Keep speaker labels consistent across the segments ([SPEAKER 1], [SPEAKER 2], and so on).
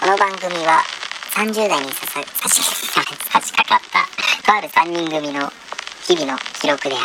[SPEAKER 1] この番組は30代にささ差し差し掛かったとある3人組の日々の記録である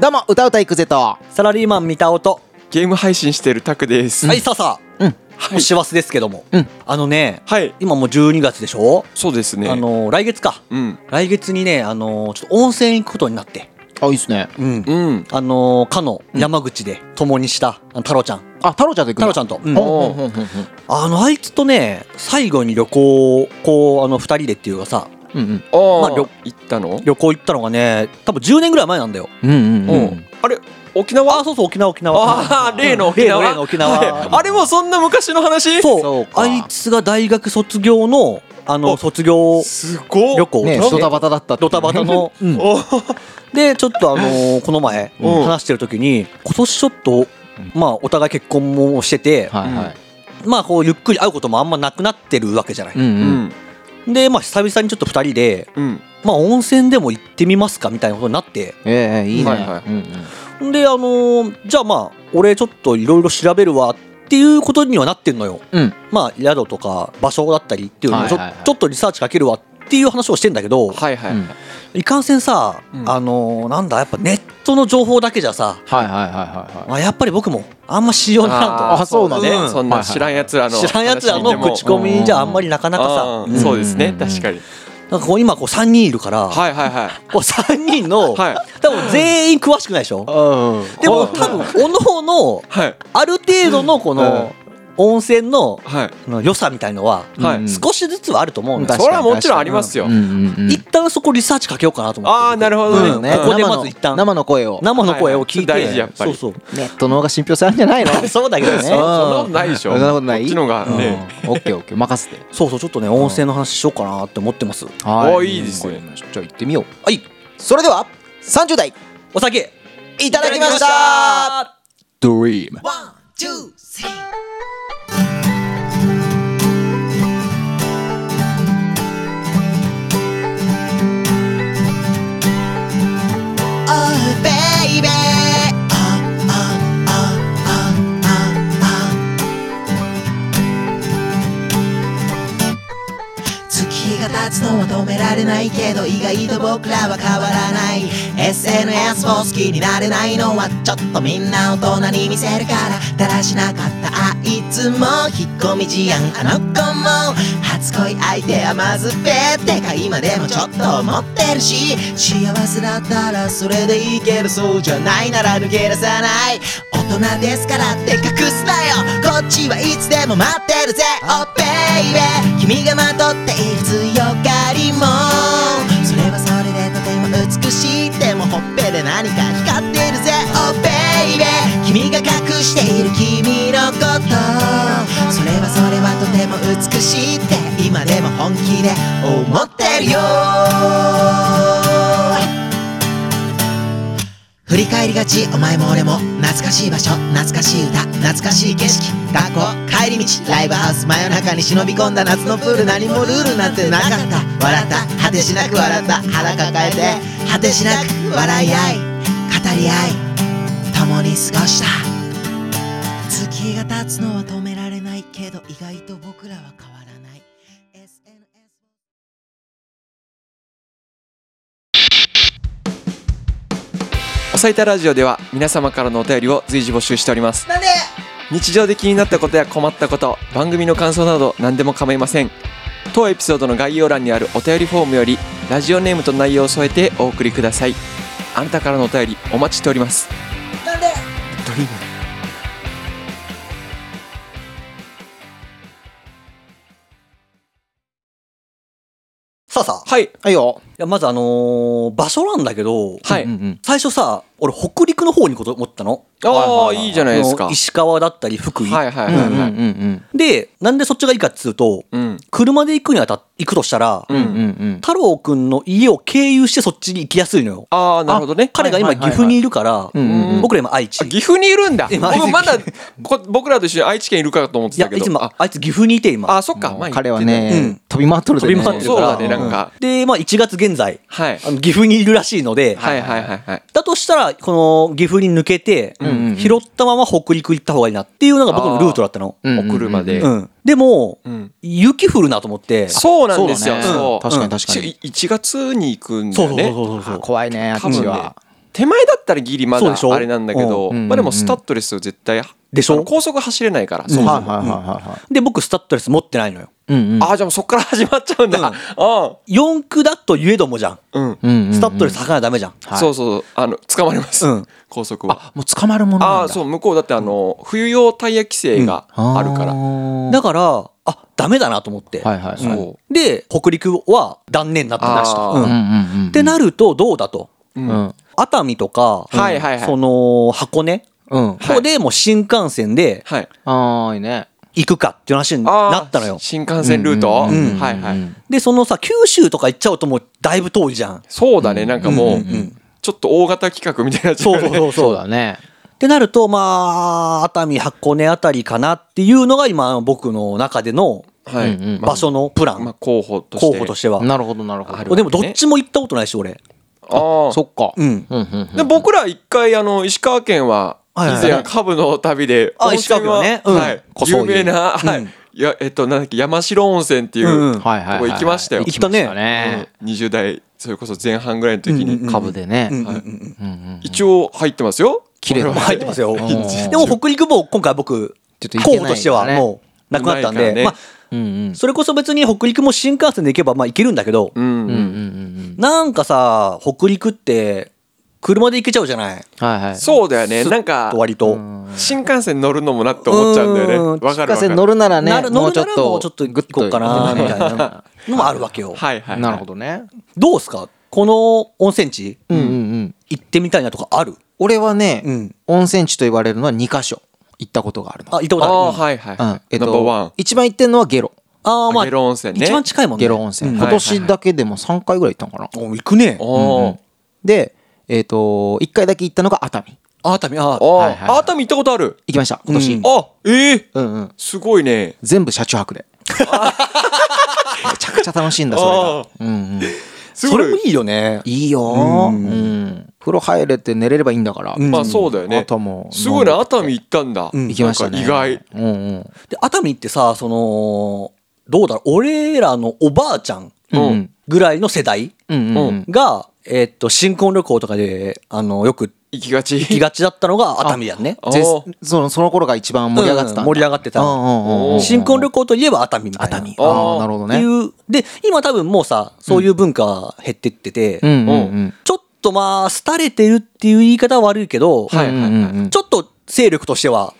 [SPEAKER 2] どうも歌うたいくぜと
[SPEAKER 3] サラリーマン三田尾と、
[SPEAKER 4] ゲーム配信してるタクです。
[SPEAKER 3] はい、。ささ、
[SPEAKER 2] うん
[SPEAKER 3] もう師走ですけども、
[SPEAKER 2] うん
[SPEAKER 3] あのね、
[SPEAKER 4] はい。
[SPEAKER 3] 今もう12月でしょ、
[SPEAKER 4] そうですね。
[SPEAKER 3] あ、の来月か、
[SPEAKER 4] うん。
[SPEAKER 3] 来月にね、あのちょっと温泉行くことになって、
[SPEAKER 2] あいいっすね
[SPEAKER 3] うん
[SPEAKER 4] うん。
[SPEAKER 3] あのかの山口で共にした、あの太郎ちゃん、
[SPEAKER 2] あ太郎ちゃんと行く
[SPEAKER 3] 太郎ちゃん
[SPEAKER 2] と
[SPEAKER 3] と、
[SPEAKER 2] う
[SPEAKER 3] うんん
[SPEAKER 2] ほん
[SPEAKER 4] おー
[SPEAKER 2] ほんほんほん
[SPEAKER 3] あのあいつとね、最後に旅行、こうあの二人でっていうかさ、
[SPEAKER 2] うん
[SPEAKER 4] あー、
[SPEAKER 3] まあ旅
[SPEAKER 4] 行ったの
[SPEAKER 3] 旅行行ったのがね、多分10年ぐらい前なんだよ。
[SPEAKER 2] うんうんうんう
[SPEAKER 4] うんん。あれ沖縄
[SPEAKER 3] あ、そうそう、沖縄、沖縄。
[SPEAKER 4] あ
[SPEAKER 3] う
[SPEAKER 4] あ、
[SPEAKER 3] ん
[SPEAKER 4] 例の沖縄
[SPEAKER 3] 例の沖縄。
[SPEAKER 4] はい あれもそんな昔の話
[SPEAKER 3] そう
[SPEAKER 2] そうか
[SPEAKER 3] あいつが大学卒業のあの
[SPEAKER 4] お
[SPEAKER 3] 卒業
[SPEAKER 4] すごっ
[SPEAKER 3] 旅行
[SPEAKER 2] ね
[SPEAKER 3] そう
[SPEAKER 2] ドタバタだったってい
[SPEAKER 3] ド
[SPEAKER 2] うね
[SPEAKER 3] タバタの、うん
[SPEAKER 4] お
[SPEAKER 3] でちょっとあのーこの前
[SPEAKER 4] うん
[SPEAKER 3] 話してる時に今年ちょっとまあお互い結婚もしてて、
[SPEAKER 2] はいはい
[SPEAKER 3] まあこうゆっくり会うこともあんまなくなってるわけじゃない、
[SPEAKER 2] うん
[SPEAKER 4] う
[SPEAKER 2] うん
[SPEAKER 4] ん。
[SPEAKER 3] でまあ久々にちょっと2人で
[SPEAKER 4] うん。
[SPEAKER 3] まあ温泉でも行ってみますかみたいなことになって
[SPEAKER 2] ええいいね
[SPEAKER 4] はいはい
[SPEAKER 2] うんうん
[SPEAKER 3] であのーじゃあまあ俺ちょっといろいろ調べるわっていうことにはなってんのよ
[SPEAKER 2] うん
[SPEAKER 3] まあ宿とか場所だったりっていうのをちょ,、
[SPEAKER 2] はいはいはい
[SPEAKER 3] ちょっとリサーチかけるわっていう話をしてんだけど、
[SPEAKER 4] はいはい。
[SPEAKER 2] うん
[SPEAKER 3] いかんせんさ、
[SPEAKER 4] うん
[SPEAKER 3] あのーなんだやっぱネットの情報だけじゃさ、
[SPEAKER 2] はいはいはいはいはい
[SPEAKER 3] まあ、やっぱり僕もあんましようならん
[SPEAKER 2] あそうだね
[SPEAKER 4] んそん
[SPEAKER 2] は
[SPEAKER 4] ない
[SPEAKER 2] はい
[SPEAKER 4] 知らんやつらの。
[SPEAKER 3] と知らんやつら
[SPEAKER 4] 話聞い
[SPEAKER 3] の
[SPEAKER 4] ても
[SPEAKER 3] 口コミじゃあんまりなかなか
[SPEAKER 4] あ
[SPEAKER 3] さ
[SPEAKER 4] ーそうです
[SPEAKER 2] う
[SPEAKER 4] ね。
[SPEAKER 2] ん
[SPEAKER 4] 確かに。
[SPEAKER 3] なんかこう今こう3人いるから、
[SPEAKER 4] はいはいはい。
[SPEAKER 3] こう3人の、
[SPEAKER 4] はい
[SPEAKER 3] 多分全員詳しくないでしょ
[SPEAKER 2] うん
[SPEAKER 3] でも多分おのおの
[SPEAKER 4] はい。
[SPEAKER 3] ある程度のこの温泉の
[SPEAKER 4] はい。
[SPEAKER 3] あの良さみたいのは
[SPEAKER 4] はい
[SPEAKER 2] うん
[SPEAKER 3] 少しずつはあると思うんだ、
[SPEAKER 2] 確か
[SPEAKER 4] それはもちろんありますよ
[SPEAKER 2] うん。うんうん
[SPEAKER 3] 一旦そこリサーチかけようかなと思って
[SPEAKER 4] ああ、なるほ
[SPEAKER 2] う
[SPEAKER 4] ど
[SPEAKER 2] ん
[SPEAKER 4] ね。
[SPEAKER 3] うん
[SPEAKER 2] ね
[SPEAKER 3] ここでま
[SPEAKER 2] 生の
[SPEAKER 3] ず一旦
[SPEAKER 2] 生の声を
[SPEAKER 3] 生の声を聞いて、
[SPEAKER 4] はいはい大事やっぱり
[SPEAKER 3] そうそ
[SPEAKER 2] ネットの方が信憑性あるんじゃないの
[SPEAKER 3] う そうだけどね
[SPEAKER 2] うん
[SPEAKER 4] そんなことないでしょ
[SPEAKER 2] そんなことない
[SPEAKER 4] こっちのが
[SPEAKER 2] うん
[SPEAKER 4] ね
[SPEAKER 2] オッケーオッケー任せて
[SPEAKER 3] そうそうちょっとね温泉の話しようかなって思ってますは
[SPEAKER 2] は
[SPEAKER 4] おいいですね
[SPEAKER 2] わかりましたじゃあ行ってみよう
[SPEAKER 3] い
[SPEAKER 2] それでは30代
[SPEAKER 3] お酒いた
[SPEAKER 2] だ
[SPEAKER 3] だ
[SPEAKER 2] き
[SPEAKER 3] き
[SPEAKER 2] ま
[SPEAKER 3] ま
[SPEAKER 2] し
[SPEAKER 3] したた
[SPEAKER 2] ドリーム
[SPEAKER 5] 月が経つのは止められないけど意外と僕らは変わらない SNS を好きになれないのはちょっとみんな大人に見せるからだらしなかったあいつも引っ込み思案あの子も初恋相手はまずべってか今でもちょっと思ってるし幸せだったらそれでいいけどそうじゃないなら抜け出さない大人ですからって隠すなよこっちはいつでも待ってるぜ Oh baby 君がまとっている強がりもそれはそれでとても美しいでもほっぺで何か光ってるぜ Oh baby 君が隠している君のことそれはそれはとても美しいって今でも本気で思ってるよ振り返りがちお前も俺も懐かしい場所懐かしい歌懐かしい景色学校帰り道ライブハウス真夜中に忍び込んだ夏のプール何もルールなんてなかった笑った果てしなく笑った腹抱えて果てしなく笑い合い語り合い共に過ごした月が経つのは止められないけど意外と僕らは変わらない SNS
[SPEAKER 4] おさいたラジオでは皆様からのお便りを随時募集しております
[SPEAKER 5] なんで
[SPEAKER 4] 日常で気になったことや困ったこと番組の感想など何でも構いません当エピソードの概要欄にあるお便りフォームよりラジオネームと内容を添えてお送りくださいあなたからのお便りお待ちしております
[SPEAKER 5] なんで
[SPEAKER 3] さあさあ
[SPEAKER 4] はい
[SPEAKER 2] はいよ
[SPEAKER 3] やまずあのー場所なんだけど、
[SPEAKER 4] はい。
[SPEAKER 2] うんうん
[SPEAKER 3] 最初さ俺北陸の方に行こうと思ったの
[SPEAKER 4] ああ、いいじゃないですか。
[SPEAKER 3] あの
[SPEAKER 4] はい
[SPEAKER 3] 石川だったり福井、
[SPEAKER 4] はいはい
[SPEAKER 2] うんうんう
[SPEAKER 4] はい。
[SPEAKER 2] ん
[SPEAKER 3] でなんでそっちがいいかっつうと、
[SPEAKER 4] うん。
[SPEAKER 3] 車で行くにあた行くとしたら、
[SPEAKER 4] うん
[SPEAKER 2] うんうんうん
[SPEAKER 3] 太郎くんの家を経由してそっちに行きやすいのよ
[SPEAKER 4] ああ、なるほどね。
[SPEAKER 3] 彼が今
[SPEAKER 2] はいはいはいはい
[SPEAKER 3] 岐阜にいるから、
[SPEAKER 2] うんうんうん
[SPEAKER 3] 僕ら今愛知
[SPEAKER 4] あ岐阜にいるんだ。
[SPEAKER 3] え
[SPEAKER 4] 僕
[SPEAKER 3] まあ
[SPEAKER 4] まだこ僕らと一緒に愛知県いるかと思って
[SPEAKER 3] いや
[SPEAKER 4] たけ
[SPEAKER 3] い
[SPEAKER 4] ど。
[SPEAKER 3] つも
[SPEAKER 4] あ
[SPEAKER 3] あいつ岐阜にいて今
[SPEAKER 4] あ、そっか。
[SPEAKER 2] うん
[SPEAKER 4] 前に
[SPEAKER 2] 彼は
[SPEAKER 3] う
[SPEAKER 2] ね
[SPEAKER 3] ん
[SPEAKER 2] 飛び回っとるでね
[SPEAKER 3] 飛び回ってる
[SPEAKER 4] そう
[SPEAKER 3] から
[SPEAKER 4] だね、なんか。
[SPEAKER 3] でまあ1月現在
[SPEAKER 4] はい。
[SPEAKER 3] あの岐阜にいるらしいので、
[SPEAKER 4] はいはいはいはい。
[SPEAKER 3] だとしたらこの岐阜に抜けて、
[SPEAKER 2] んうん
[SPEAKER 3] 拾ったまま北陸行った方がいいなっていうのが僕のルートだったの、
[SPEAKER 2] うんうんうん
[SPEAKER 4] お車で。
[SPEAKER 3] うん、でも、
[SPEAKER 4] うん
[SPEAKER 3] 雪降るなと思って
[SPEAKER 4] そうなんですよ。
[SPEAKER 2] そうだね
[SPEAKER 4] そう
[SPEAKER 2] 確かに確かに
[SPEAKER 4] し1月に行くんだ
[SPEAKER 3] そうそ
[SPEAKER 4] よ
[SPEAKER 3] うそ
[SPEAKER 4] ね。
[SPEAKER 3] うそうそう
[SPEAKER 2] あ怖いねあっ
[SPEAKER 4] 多分
[SPEAKER 2] ち
[SPEAKER 4] ね
[SPEAKER 2] は
[SPEAKER 4] 手前だったらギリま
[SPEAKER 3] そう
[SPEAKER 4] だ
[SPEAKER 3] でしょ
[SPEAKER 4] あれなんだけど、
[SPEAKER 2] うん
[SPEAKER 4] まあでもスタッドレス絶対
[SPEAKER 3] でしょ
[SPEAKER 4] あの高速走れないから、そう
[SPEAKER 2] はい
[SPEAKER 4] そう
[SPEAKER 2] はいはいはいはい
[SPEAKER 3] で僕スタッドレス持ってないのよ
[SPEAKER 2] うん
[SPEAKER 4] ああじゃあもうそっから始まっちゃうんだ、
[SPEAKER 3] 四駆だと言えどもじゃん
[SPEAKER 4] うんうん、
[SPEAKER 2] うんうんうん
[SPEAKER 3] スタッドレス履かなダメじゃん、
[SPEAKER 2] はい
[SPEAKER 4] そうそうあの捕まります、
[SPEAKER 3] うん
[SPEAKER 4] 高速は
[SPEAKER 2] あもう捕まるもの
[SPEAKER 4] あ
[SPEAKER 2] な
[SPEAKER 4] あ
[SPEAKER 2] ん
[SPEAKER 4] そ
[SPEAKER 2] だ
[SPEAKER 4] う向こうだってあの冬用タイヤ規制があるから、
[SPEAKER 2] あー
[SPEAKER 3] だからあダメだなと思って、
[SPEAKER 2] はいはい
[SPEAKER 4] そう、
[SPEAKER 3] で北陸は断念になったらしい
[SPEAKER 4] あ
[SPEAKER 3] と、
[SPEAKER 4] ー
[SPEAKER 3] うん
[SPEAKER 2] うんうんうん
[SPEAKER 3] ってなるとどうだと
[SPEAKER 4] うん
[SPEAKER 2] うん
[SPEAKER 3] 熱海とか、
[SPEAKER 4] はいはいはい
[SPEAKER 3] その箱根
[SPEAKER 2] うん
[SPEAKER 3] ここでもう新幹線で
[SPEAKER 4] はい
[SPEAKER 2] ああいいね
[SPEAKER 3] 行くかっていう話に
[SPEAKER 4] あー
[SPEAKER 3] なったのよ
[SPEAKER 4] 新幹線ルート、
[SPEAKER 2] うん
[SPEAKER 3] うん
[SPEAKER 4] はいはい、
[SPEAKER 2] うん
[SPEAKER 3] でそのさ九州とか行っちゃうともうだいぶ遠いじゃんっ
[SPEAKER 4] そうだねなんかもう、
[SPEAKER 3] うんうんうん
[SPEAKER 4] ちょっと大型企画みたいになっちゃうよね
[SPEAKER 3] そう そう
[SPEAKER 2] そうだね
[SPEAKER 3] てなるとまあ熱海箱根あたりかなっていうのが今僕の中での
[SPEAKER 4] はい、
[SPEAKER 2] うんうん
[SPEAKER 4] まあ
[SPEAKER 3] 場所のプラン、
[SPEAKER 4] まあ、候補として
[SPEAKER 3] 候補としては
[SPEAKER 2] なるほどなるほ
[SPEAKER 4] ある
[SPEAKER 2] ど
[SPEAKER 4] わけね
[SPEAKER 3] でもどっちも行ったことないし俺
[SPEAKER 4] ああ
[SPEAKER 2] そっか
[SPEAKER 3] うん
[SPEAKER 2] うんうん
[SPEAKER 4] で僕ら一回あの石川県は以
[SPEAKER 3] はいはいはい
[SPEAKER 4] 前カブの旅で
[SPEAKER 3] あ
[SPEAKER 4] 温泉は
[SPEAKER 3] 石川県はねうん
[SPEAKER 4] はい
[SPEAKER 2] こ、そい
[SPEAKER 4] 有名な、は
[SPEAKER 3] う
[SPEAKER 4] い
[SPEAKER 3] ん
[SPEAKER 4] いやえっとなんだっけ山城温泉っていう、
[SPEAKER 3] うんうん
[SPEAKER 4] とこ
[SPEAKER 2] はいはいはいはい
[SPEAKER 4] 行きましたよ
[SPEAKER 3] 行ったね
[SPEAKER 2] 行きまね
[SPEAKER 4] 20代それこそ前半ぐらいの時に、
[SPEAKER 3] うんうんうん
[SPEAKER 2] 株でね
[SPEAKER 3] うんうん
[SPEAKER 4] は
[SPEAKER 3] う
[SPEAKER 4] い
[SPEAKER 3] ん
[SPEAKER 2] うんうん
[SPEAKER 4] 一応入ってますよ
[SPEAKER 2] 綺麗だね
[SPEAKER 3] 入ってますよ
[SPEAKER 2] んうん
[SPEAKER 3] でも北陸も今回僕
[SPEAKER 2] ちょっと行けない
[SPEAKER 3] 候補としては
[SPEAKER 2] からね
[SPEAKER 3] もうなくなったん
[SPEAKER 4] ない
[SPEAKER 3] で、
[SPEAKER 4] からね
[SPEAKER 3] まあ
[SPEAKER 2] うんうん
[SPEAKER 3] それこそ別に北陸も新幹線で行けばまあ行けるんだけど、
[SPEAKER 4] うん、
[SPEAKER 2] うんうんうん
[SPEAKER 3] なんかさ北陸って車で行けちゃうじゃない
[SPEAKER 2] はいはい
[SPEAKER 4] そうだよねなんか
[SPEAKER 3] 割と、
[SPEAKER 4] 新幹線乗るのもなって思っちゃうんだよ
[SPEAKER 3] うん
[SPEAKER 4] ねわかる
[SPEAKER 2] 新
[SPEAKER 4] わか
[SPEAKER 2] 幹線
[SPEAKER 4] る
[SPEAKER 2] 乗るなら
[SPEAKER 3] な
[SPEAKER 2] ね
[SPEAKER 3] る
[SPEAKER 2] も
[SPEAKER 3] 乗
[SPEAKER 2] う
[SPEAKER 3] る
[SPEAKER 2] ちょ
[SPEAKER 3] な
[SPEAKER 2] っ
[SPEAKER 3] ら
[SPEAKER 2] と
[SPEAKER 3] もうちょっと行こうかなみたいなのもあるわけよ。
[SPEAKER 4] はいはい、はい、
[SPEAKER 2] なるほどね
[SPEAKER 3] どうすかこの温泉地、
[SPEAKER 2] うんうんうん
[SPEAKER 3] 行ってみたいなとかある
[SPEAKER 2] 俺はね
[SPEAKER 3] うん
[SPEAKER 2] 温泉地と言われるのは2箇所行ったことがあるの
[SPEAKER 3] あ行ったことある
[SPEAKER 4] ああ
[SPEAKER 3] うん
[SPEAKER 4] はいはい、
[SPEAKER 2] うんえっ
[SPEAKER 4] ナンバーワン
[SPEAKER 2] と一番行ってんのはゲロ
[SPEAKER 3] あーまあ
[SPEAKER 4] ゲロ温泉ね
[SPEAKER 3] 一番近いもんね。
[SPEAKER 2] ゲロ温泉
[SPEAKER 3] うん
[SPEAKER 2] 今年だけでも3回ぐらい行ったのかな
[SPEAKER 3] お行くね。
[SPEAKER 4] おー
[SPEAKER 2] でえっと1回だけ行ったのが熱海
[SPEAKER 3] あ熱海あ
[SPEAKER 4] あー、
[SPEAKER 2] はいはいはい
[SPEAKER 4] 熱海行ったことある
[SPEAKER 2] 行きました今
[SPEAKER 3] う
[SPEAKER 2] 年
[SPEAKER 3] ん
[SPEAKER 4] あええ
[SPEAKER 2] うんうん
[SPEAKER 4] すごいね
[SPEAKER 2] 全部車中 泊でめちゃくちゃ楽しいんだそれがうんうん
[SPEAKER 4] すご
[SPEAKER 3] それもいいよね。
[SPEAKER 2] いいよーうん風呂入れて寝れればいいんだから
[SPEAKER 3] ん
[SPEAKER 4] まあそうだよね。
[SPEAKER 2] あともう
[SPEAKER 4] すごいな、熱海行ったんだ。
[SPEAKER 3] ん
[SPEAKER 2] 行きましたね
[SPEAKER 4] なんか意外。
[SPEAKER 2] うんうん
[SPEAKER 3] で熱海ってさそのどうだろう俺らのおばあちゃん
[SPEAKER 2] うん
[SPEAKER 3] ぐらいの世代
[SPEAKER 2] うんうんうん
[SPEAKER 3] が、えーっと新婚旅行とかであのよく
[SPEAKER 4] 行きがち。
[SPEAKER 3] 行きがちだったのが熱海やんね。
[SPEAKER 4] あ
[SPEAKER 2] ぜ
[SPEAKER 4] お
[SPEAKER 2] そのその頃が一番盛り上がってたんだ、
[SPEAKER 3] うん盛り上がってた
[SPEAKER 2] うんうんうんうん
[SPEAKER 4] おー
[SPEAKER 3] 新婚旅行といえば熱海みたいな。熱海。
[SPEAKER 2] あ
[SPEAKER 4] あー
[SPEAKER 2] あなるほど
[SPEAKER 3] ってい
[SPEAKER 2] ね
[SPEAKER 3] う、で、今多分もうさ、そういう文化は減ってってて、
[SPEAKER 2] うんうんうん
[SPEAKER 3] ちょっとまあ、廃れてるっていう言い方は悪いけど、
[SPEAKER 4] はいはいはい。
[SPEAKER 2] うんうん
[SPEAKER 3] ちょっと勢力としては、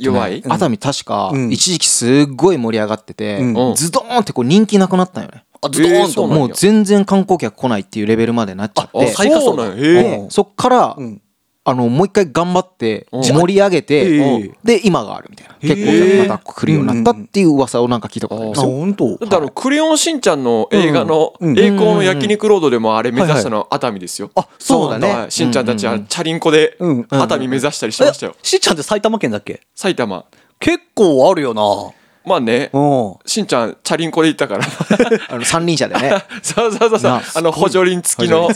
[SPEAKER 4] 弱い。
[SPEAKER 2] 熱海確か
[SPEAKER 3] うん
[SPEAKER 2] 一時期すっごい盛り上がってて、
[SPEAKER 3] うん
[SPEAKER 2] ズドーンってこう人気なくなったんよね、
[SPEAKER 3] あ、ズドーン
[SPEAKER 4] そ
[SPEAKER 3] と
[SPEAKER 4] う
[SPEAKER 3] 思
[SPEAKER 4] な
[SPEAKER 3] う。
[SPEAKER 4] んや
[SPEAKER 2] もう全然観光客来ないっていうレベルまでなっちゃっ
[SPEAKER 3] あ
[SPEAKER 2] て
[SPEAKER 3] あ最下層
[SPEAKER 4] そうなんやへえ
[SPEAKER 2] でそっから、
[SPEAKER 3] ん
[SPEAKER 2] あのもう一回頑張って
[SPEAKER 4] うん
[SPEAKER 2] 盛り上げて、
[SPEAKER 4] ええ
[SPEAKER 2] で今があるみたいな結構客また来るようになったっていう噂をなんか聞いたことありますよ、
[SPEAKER 3] 本当
[SPEAKER 4] だってあの、クレヨンしんちゃんの映画の
[SPEAKER 3] うん
[SPEAKER 4] 栄光の焼肉ロードでもあれ目指したのは熱海ですよ。
[SPEAKER 3] あ、そう
[SPEAKER 2] そ
[SPEAKER 3] な
[SPEAKER 2] うんだ
[SPEAKER 3] だ。
[SPEAKER 2] ね
[SPEAKER 4] はいしんちゃんたちはチャリンコで
[SPEAKER 3] うんうん
[SPEAKER 4] 熱海目指したりし
[SPEAKER 3] え
[SPEAKER 4] ましたよ。
[SPEAKER 3] しーちゃんって埼玉県だっけ
[SPEAKER 4] 埼玉。
[SPEAKER 3] 結構あるよな。
[SPEAKER 4] まあね、
[SPEAKER 3] うん。
[SPEAKER 4] しんちゃんチャリンコで行ったから。
[SPEAKER 2] あの三輪車でね
[SPEAKER 4] そうそうそうそう。
[SPEAKER 2] なあ
[SPEAKER 4] あの補助輪付きの。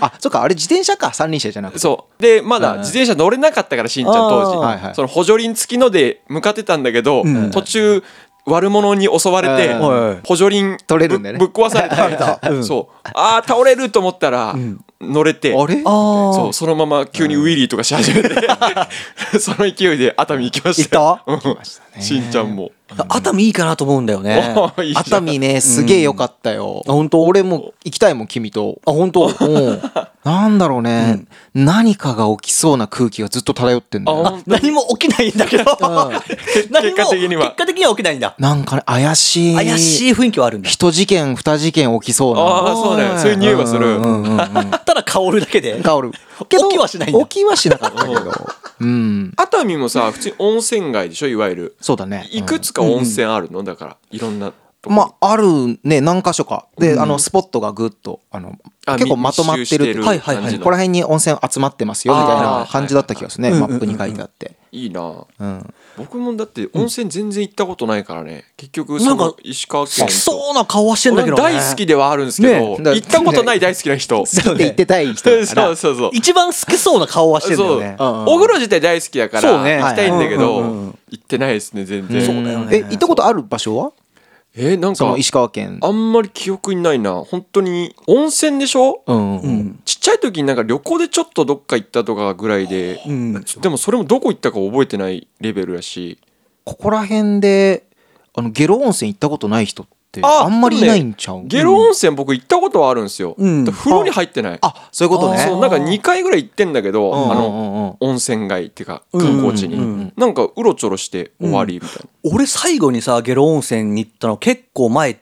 [SPEAKER 2] あそっかあれ自転車か三輪車じゃなくて
[SPEAKER 4] そうでまだ自転車乗れなかったからしんちゃん当時、
[SPEAKER 3] あー
[SPEAKER 2] はいはい
[SPEAKER 4] その補助輪付きので向かってたんだけど、
[SPEAKER 3] ん
[SPEAKER 4] 途中悪者に襲われて、
[SPEAKER 2] うん
[SPEAKER 3] はい
[SPEAKER 4] 補助輪ぶ
[SPEAKER 2] 取れるんだよね
[SPEAKER 4] ぶっ壊されて
[SPEAKER 3] うん
[SPEAKER 4] そうあー倒れると思ったら、乗れて
[SPEAKER 2] あれ
[SPEAKER 3] あ
[SPEAKER 4] そうそのまま急にウィリーとかし始めて、その勢いで熱海行きましたようんしんちゃんも
[SPEAKER 3] 熱海いいかなと思うんだよね。あ、
[SPEAKER 4] おーいいじ
[SPEAKER 2] 熱
[SPEAKER 4] ゃん
[SPEAKER 2] 海ねすげえ良かったよ、本当俺も行きたいもん君と
[SPEAKER 3] 本当
[SPEAKER 2] うんなんだろうね、何かが起きそうな空気がずっと漂ってんだよ
[SPEAKER 4] あ
[SPEAKER 2] な
[SPEAKER 4] 本
[SPEAKER 3] 何も起きないんだけど。 何も
[SPEAKER 4] 結果的には
[SPEAKER 3] 結果的には起きないんだ。
[SPEAKER 2] なんかね怪しい
[SPEAKER 3] 怪しい雰囲気はあるんだ。
[SPEAKER 2] 一事件二事件起きそうな
[SPEAKER 4] あーそうだよそういう匂いはする
[SPEAKER 2] うんうんうんうん
[SPEAKER 3] ただ香るだけで。
[SPEAKER 2] 香る
[SPEAKER 3] 起きはしないんだ
[SPEAKER 2] 起きはしなかったけどうん
[SPEAKER 4] 熱海もさ普通に温泉街でしょいわゆる
[SPEAKER 2] そうだね
[SPEAKER 4] いくつか温泉あるのだからいろんなとこ
[SPEAKER 2] まああるね何箇所かで、あのスポットがぐっとあの
[SPEAKER 4] あ
[SPEAKER 2] 結構まとまってるっていう
[SPEAKER 4] 密集してる
[SPEAKER 2] か
[SPEAKER 4] はいはいはい
[SPEAKER 2] 感じのここら辺に温泉集まってますよみたい
[SPEAKER 4] あ
[SPEAKER 2] な
[SPEAKER 4] ー
[SPEAKER 2] 感じだった気がするね、
[SPEAKER 3] はいはい
[SPEAKER 2] マップに書いてあって、
[SPEAKER 4] いいな
[SPEAKER 2] うん、
[SPEAKER 4] 僕もだって温泉全然行ったことないからね結局
[SPEAKER 3] な
[SPEAKER 4] そ
[SPEAKER 3] んか
[SPEAKER 4] の石川県
[SPEAKER 3] き
[SPEAKER 4] と
[SPEAKER 3] そうな顔はしてんだけどね。
[SPEAKER 4] 俺大好きではあるんですけど、
[SPEAKER 2] ねえだ
[SPEAKER 4] 行ったことない大好きな 人
[SPEAKER 3] だ
[SPEAKER 2] って言ってたい人
[SPEAKER 4] そ
[SPEAKER 2] だ
[SPEAKER 4] う
[SPEAKER 2] か
[SPEAKER 4] そ
[SPEAKER 2] ら
[SPEAKER 4] うそう
[SPEAKER 3] 一番好きそうな顔はしてんだ
[SPEAKER 4] そう
[SPEAKER 3] よね。
[SPEAKER 2] うんうん
[SPEAKER 4] お風呂自体大好きだか
[SPEAKER 3] そう
[SPEAKER 4] ら、
[SPEAKER 3] ね
[SPEAKER 4] 行きたいんだけど、
[SPEAKER 3] はいうんうんうん
[SPEAKER 4] 行ってないですね全
[SPEAKER 2] う
[SPEAKER 4] 然
[SPEAKER 2] んえ行ったことある場所は
[SPEAKER 4] えなん
[SPEAKER 2] そ
[SPEAKER 4] か
[SPEAKER 2] の石川県
[SPEAKER 4] あんまり記憶にないな本当に温泉でしょ、
[SPEAKER 2] うん、うん
[SPEAKER 3] ん
[SPEAKER 4] ちっちゃい時になんか旅行でちょっとどっか行ったとかぐらいで、
[SPEAKER 3] うん
[SPEAKER 4] でもそれもどこ行ったか覚えてないレベルやし
[SPEAKER 2] ここら辺であのゲロ温泉行ったことない人って
[SPEAKER 4] あ
[SPEAKER 2] あんまりいないんちゃう
[SPEAKER 4] ゲロ温泉僕行ったことはあるんですよ、
[SPEAKER 3] うん
[SPEAKER 4] だから風呂に入ってない
[SPEAKER 2] あそういうことね
[SPEAKER 4] そうなんか2回ぐらい行ってんだけど、
[SPEAKER 2] うん
[SPEAKER 4] あ
[SPEAKER 2] う
[SPEAKER 4] の
[SPEAKER 2] んうんうん
[SPEAKER 4] 温泉街っていうか観光地に、
[SPEAKER 3] うんうんうん
[SPEAKER 4] なんかうろちょろして終わりみたいな、
[SPEAKER 3] 俺最後にさ、ゲロ温泉に行ったの結構前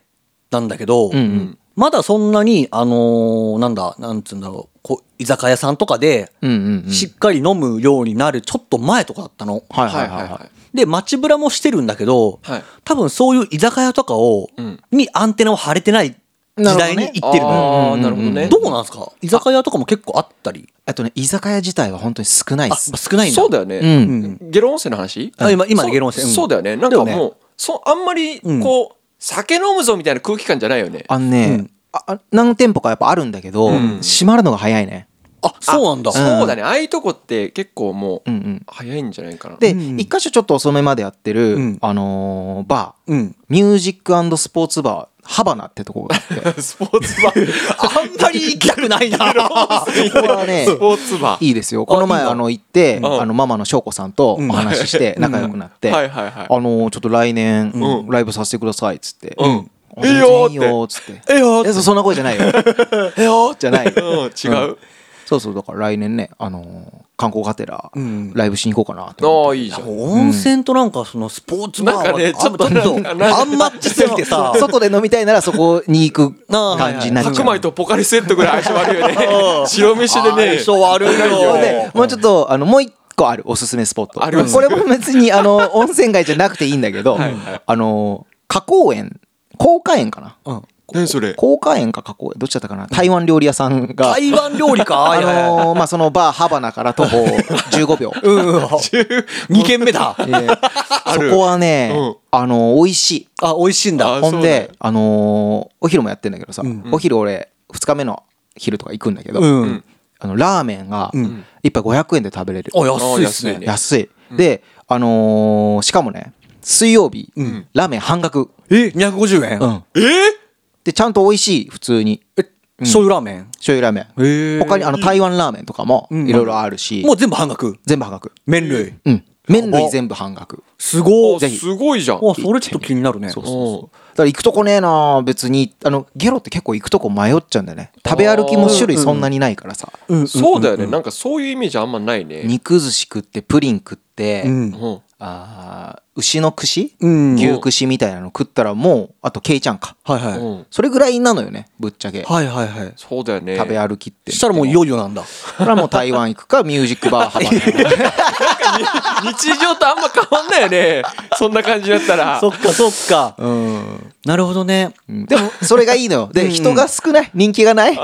[SPEAKER 3] なんだけど、
[SPEAKER 2] うんうん
[SPEAKER 4] ん
[SPEAKER 3] まだそんなに、あのーなんだ、なんつうんだろう、こう居酒屋さんとかで、
[SPEAKER 2] うんうんうん
[SPEAKER 3] しっかり飲むようになるちょっと前とかだったの。
[SPEAKER 2] はいはいはいはい
[SPEAKER 3] で、街ぶらもしてるんだけど、
[SPEAKER 4] はい
[SPEAKER 3] 多分そういう居酒屋とかを、
[SPEAKER 4] うん
[SPEAKER 3] にアンテナを張れてない時代に行ってるのよ。
[SPEAKER 4] あ
[SPEAKER 2] う
[SPEAKER 4] あ
[SPEAKER 2] ん
[SPEAKER 4] なるほどね
[SPEAKER 3] どうなんですか居酒屋とかも結構あったり。
[SPEAKER 2] あとね居酒屋自体は本当に少ない
[SPEAKER 3] あ、
[SPEAKER 2] です
[SPEAKER 3] 少ないんだ。
[SPEAKER 4] そうだよ
[SPEAKER 2] う
[SPEAKER 4] ね、
[SPEAKER 2] ん
[SPEAKER 4] ゲロ温泉の話
[SPEAKER 3] あ今、今のゲロ温
[SPEAKER 4] そ
[SPEAKER 3] 泉。
[SPEAKER 4] うんそうだよねなんかもう
[SPEAKER 3] だよ
[SPEAKER 4] そうあんまりこう、
[SPEAKER 3] うん
[SPEAKER 4] 酒飲むぞみたいな空気感じゃないよね
[SPEAKER 2] あのね、
[SPEAKER 3] うん
[SPEAKER 2] ああ何店舗かやっぱあるんだけど、
[SPEAKER 4] うん
[SPEAKER 2] 閉まるのが早いね。
[SPEAKER 3] あ、そうなんだ。
[SPEAKER 4] あそうだねああいうとこって結構も
[SPEAKER 2] う
[SPEAKER 4] う
[SPEAKER 2] んうん、
[SPEAKER 4] 早いんじゃないかな
[SPEAKER 2] で、
[SPEAKER 3] うん
[SPEAKER 2] 一箇所ちょっと遅めまでやってる、
[SPEAKER 3] うん
[SPEAKER 2] あのーバー
[SPEAKER 3] うん。
[SPEAKER 2] ミュージックスポーツバーハバナってとこがあって
[SPEAKER 4] スポーツバー
[SPEAKER 3] あんまり行きたくないな。
[SPEAKER 2] ここはね
[SPEAKER 4] スポーツバー
[SPEAKER 2] いいですよこの前
[SPEAKER 3] いいの
[SPEAKER 2] あの行って
[SPEAKER 4] ん
[SPEAKER 2] あのママの翔子さんとお話しして仲良くなって、
[SPEAKER 4] はいはいはい
[SPEAKER 2] あのーちょっと来年、
[SPEAKER 4] うん
[SPEAKER 2] ライブさせてくださいっつって「
[SPEAKER 4] うん
[SPEAKER 2] あ全然いいよ」っつって「
[SPEAKER 4] えよ
[SPEAKER 2] いやそそんな声じゃ ないよ」「えよ」じゃない
[SPEAKER 4] うん違う、
[SPEAKER 2] そうそうだから来年ね、あのー観光がてら
[SPEAKER 3] ん
[SPEAKER 2] ライブしに行こうかなと思って
[SPEAKER 4] ああいいじゃん
[SPEAKER 3] 温泉となんかそのスポーツバーは
[SPEAKER 4] なんかねちょっ
[SPEAKER 3] あ
[SPEAKER 4] と
[SPEAKER 3] んま
[SPEAKER 4] なんかなんか
[SPEAKER 3] あんまっちすぎてさ。
[SPEAKER 2] 外で飲みたいならそこに行く感じになっちゃう
[SPEAKER 4] 白米とポカリスエットぐらい相性悪 いよね白飯でね
[SPEAKER 3] 相性悪いよ
[SPEAKER 2] でもうちょっとあのもう一個あるおすすめスポット
[SPEAKER 4] あります
[SPEAKER 2] これも別にあの温泉街じゃなくていいんだけどあの花公園高花園かな
[SPEAKER 4] 何それ
[SPEAKER 2] 高花園か花公園どっちだったかな台湾料理屋さんが
[SPEAKER 3] 台湾料理か。
[SPEAKER 2] あ
[SPEAKER 3] あの
[SPEAKER 2] のーまあそのバーハバナから徒歩15秒
[SPEAKER 3] うん。2軒目だ。
[SPEAKER 2] えーそこはね
[SPEAKER 4] うん
[SPEAKER 2] あの美味しい
[SPEAKER 3] あ、美味しいんだ。
[SPEAKER 4] あ
[SPEAKER 2] ほ
[SPEAKER 4] そ
[SPEAKER 2] ん
[SPEAKER 4] うだよ
[SPEAKER 2] で、あのーお昼もやってんだけどさ、
[SPEAKER 3] うん
[SPEAKER 2] お昼俺2日目の昼とか行くんだけど、
[SPEAKER 3] うん。
[SPEAKER 2] あのラーメンが
[SPEAKER 3] うん
[SPEAKER 2] 1杯500円で食べれる、
[SPEAKER 3] あ、安いっす
[SPEAKER 4] 安いね
[SPEAKER 3] ね。
[SPEAKER 2] 安い、で、あのーしかもね水曜日、
[SPEAKER 3] ん
[SPEAKER 2] ラーメン半額、
[SPEAKER 3] え ?250 円
[SPEAKER 2] うん
[SPEAKER 4] え
[SPEAKER 2] でちゃんと美味しい普通に
[SPEAKER 3] え、醤油ラーメン
[SPEAKER 2] 醤油ラーメン他にあの台湾ラーメンとかも
[SPEAKER 3] うん
[SPEAKER 2] いろいろあるし、
[SPEAKER 3] もう全部半額。
[SPEAKER 2] 全部半額
[SPEAKER 3] 麺類。
[SPEAKER 2] うん麺類全部半額
[SPEAKER 3] すご
[SPEAKER 4] ー、
[SPEAKER 3] い。
[SPEAKER 2] ひ
[SPEAKER 4] すごいじゃん
[SPEAKER 3] あ、それちょっと気になるね。
[SPEAKER 2] そうそうそうだから行くとこねえな別にあのゲロって結構行くとこ迷っちゃうんだよね食べ歩きも種類そんなにないからさ、
[SPEAKER 4] そうだよねなんかそういうイメージあんまないね
[SPEAKER 2] 肉寿司食ってプリン食って、
[SPEAKER 3] うん。
[SPEAKER 4] うん
[SPEAKER 2] あー牛の串、
[SPEAKER 3] うん
[SPEAKER 2] 牛串みたいなの食ったらもうあとケイちゃんか
[SPEAKER 3] はいは
[SPEAKER 4] う
[SPEAKER 3] い。
[SPEAKER 4] ん
[SPEAKER 2] それぐらいなのよねぶっちゃけ、
[SPEAKER 3] はいはいはい。
[SPEAKER 4] そうだよね
[SPEAKER 2] 食べ歩きって
[SPEAKER 3] したらもうい
[SPEAKER 2] よ
[SPEAKER 3] よいよなんだ。
[SPEAKER 2] それはもう台湾行くかミュージックバーハバナ
[SPEAKER 4] 日常とあんま変わんない よねそんな感じだったら
[SPEAKER 3] そっかそっか。なるほどね。
[SPEAKER 2] うんでもそれがいいのよで人が少ない人気がない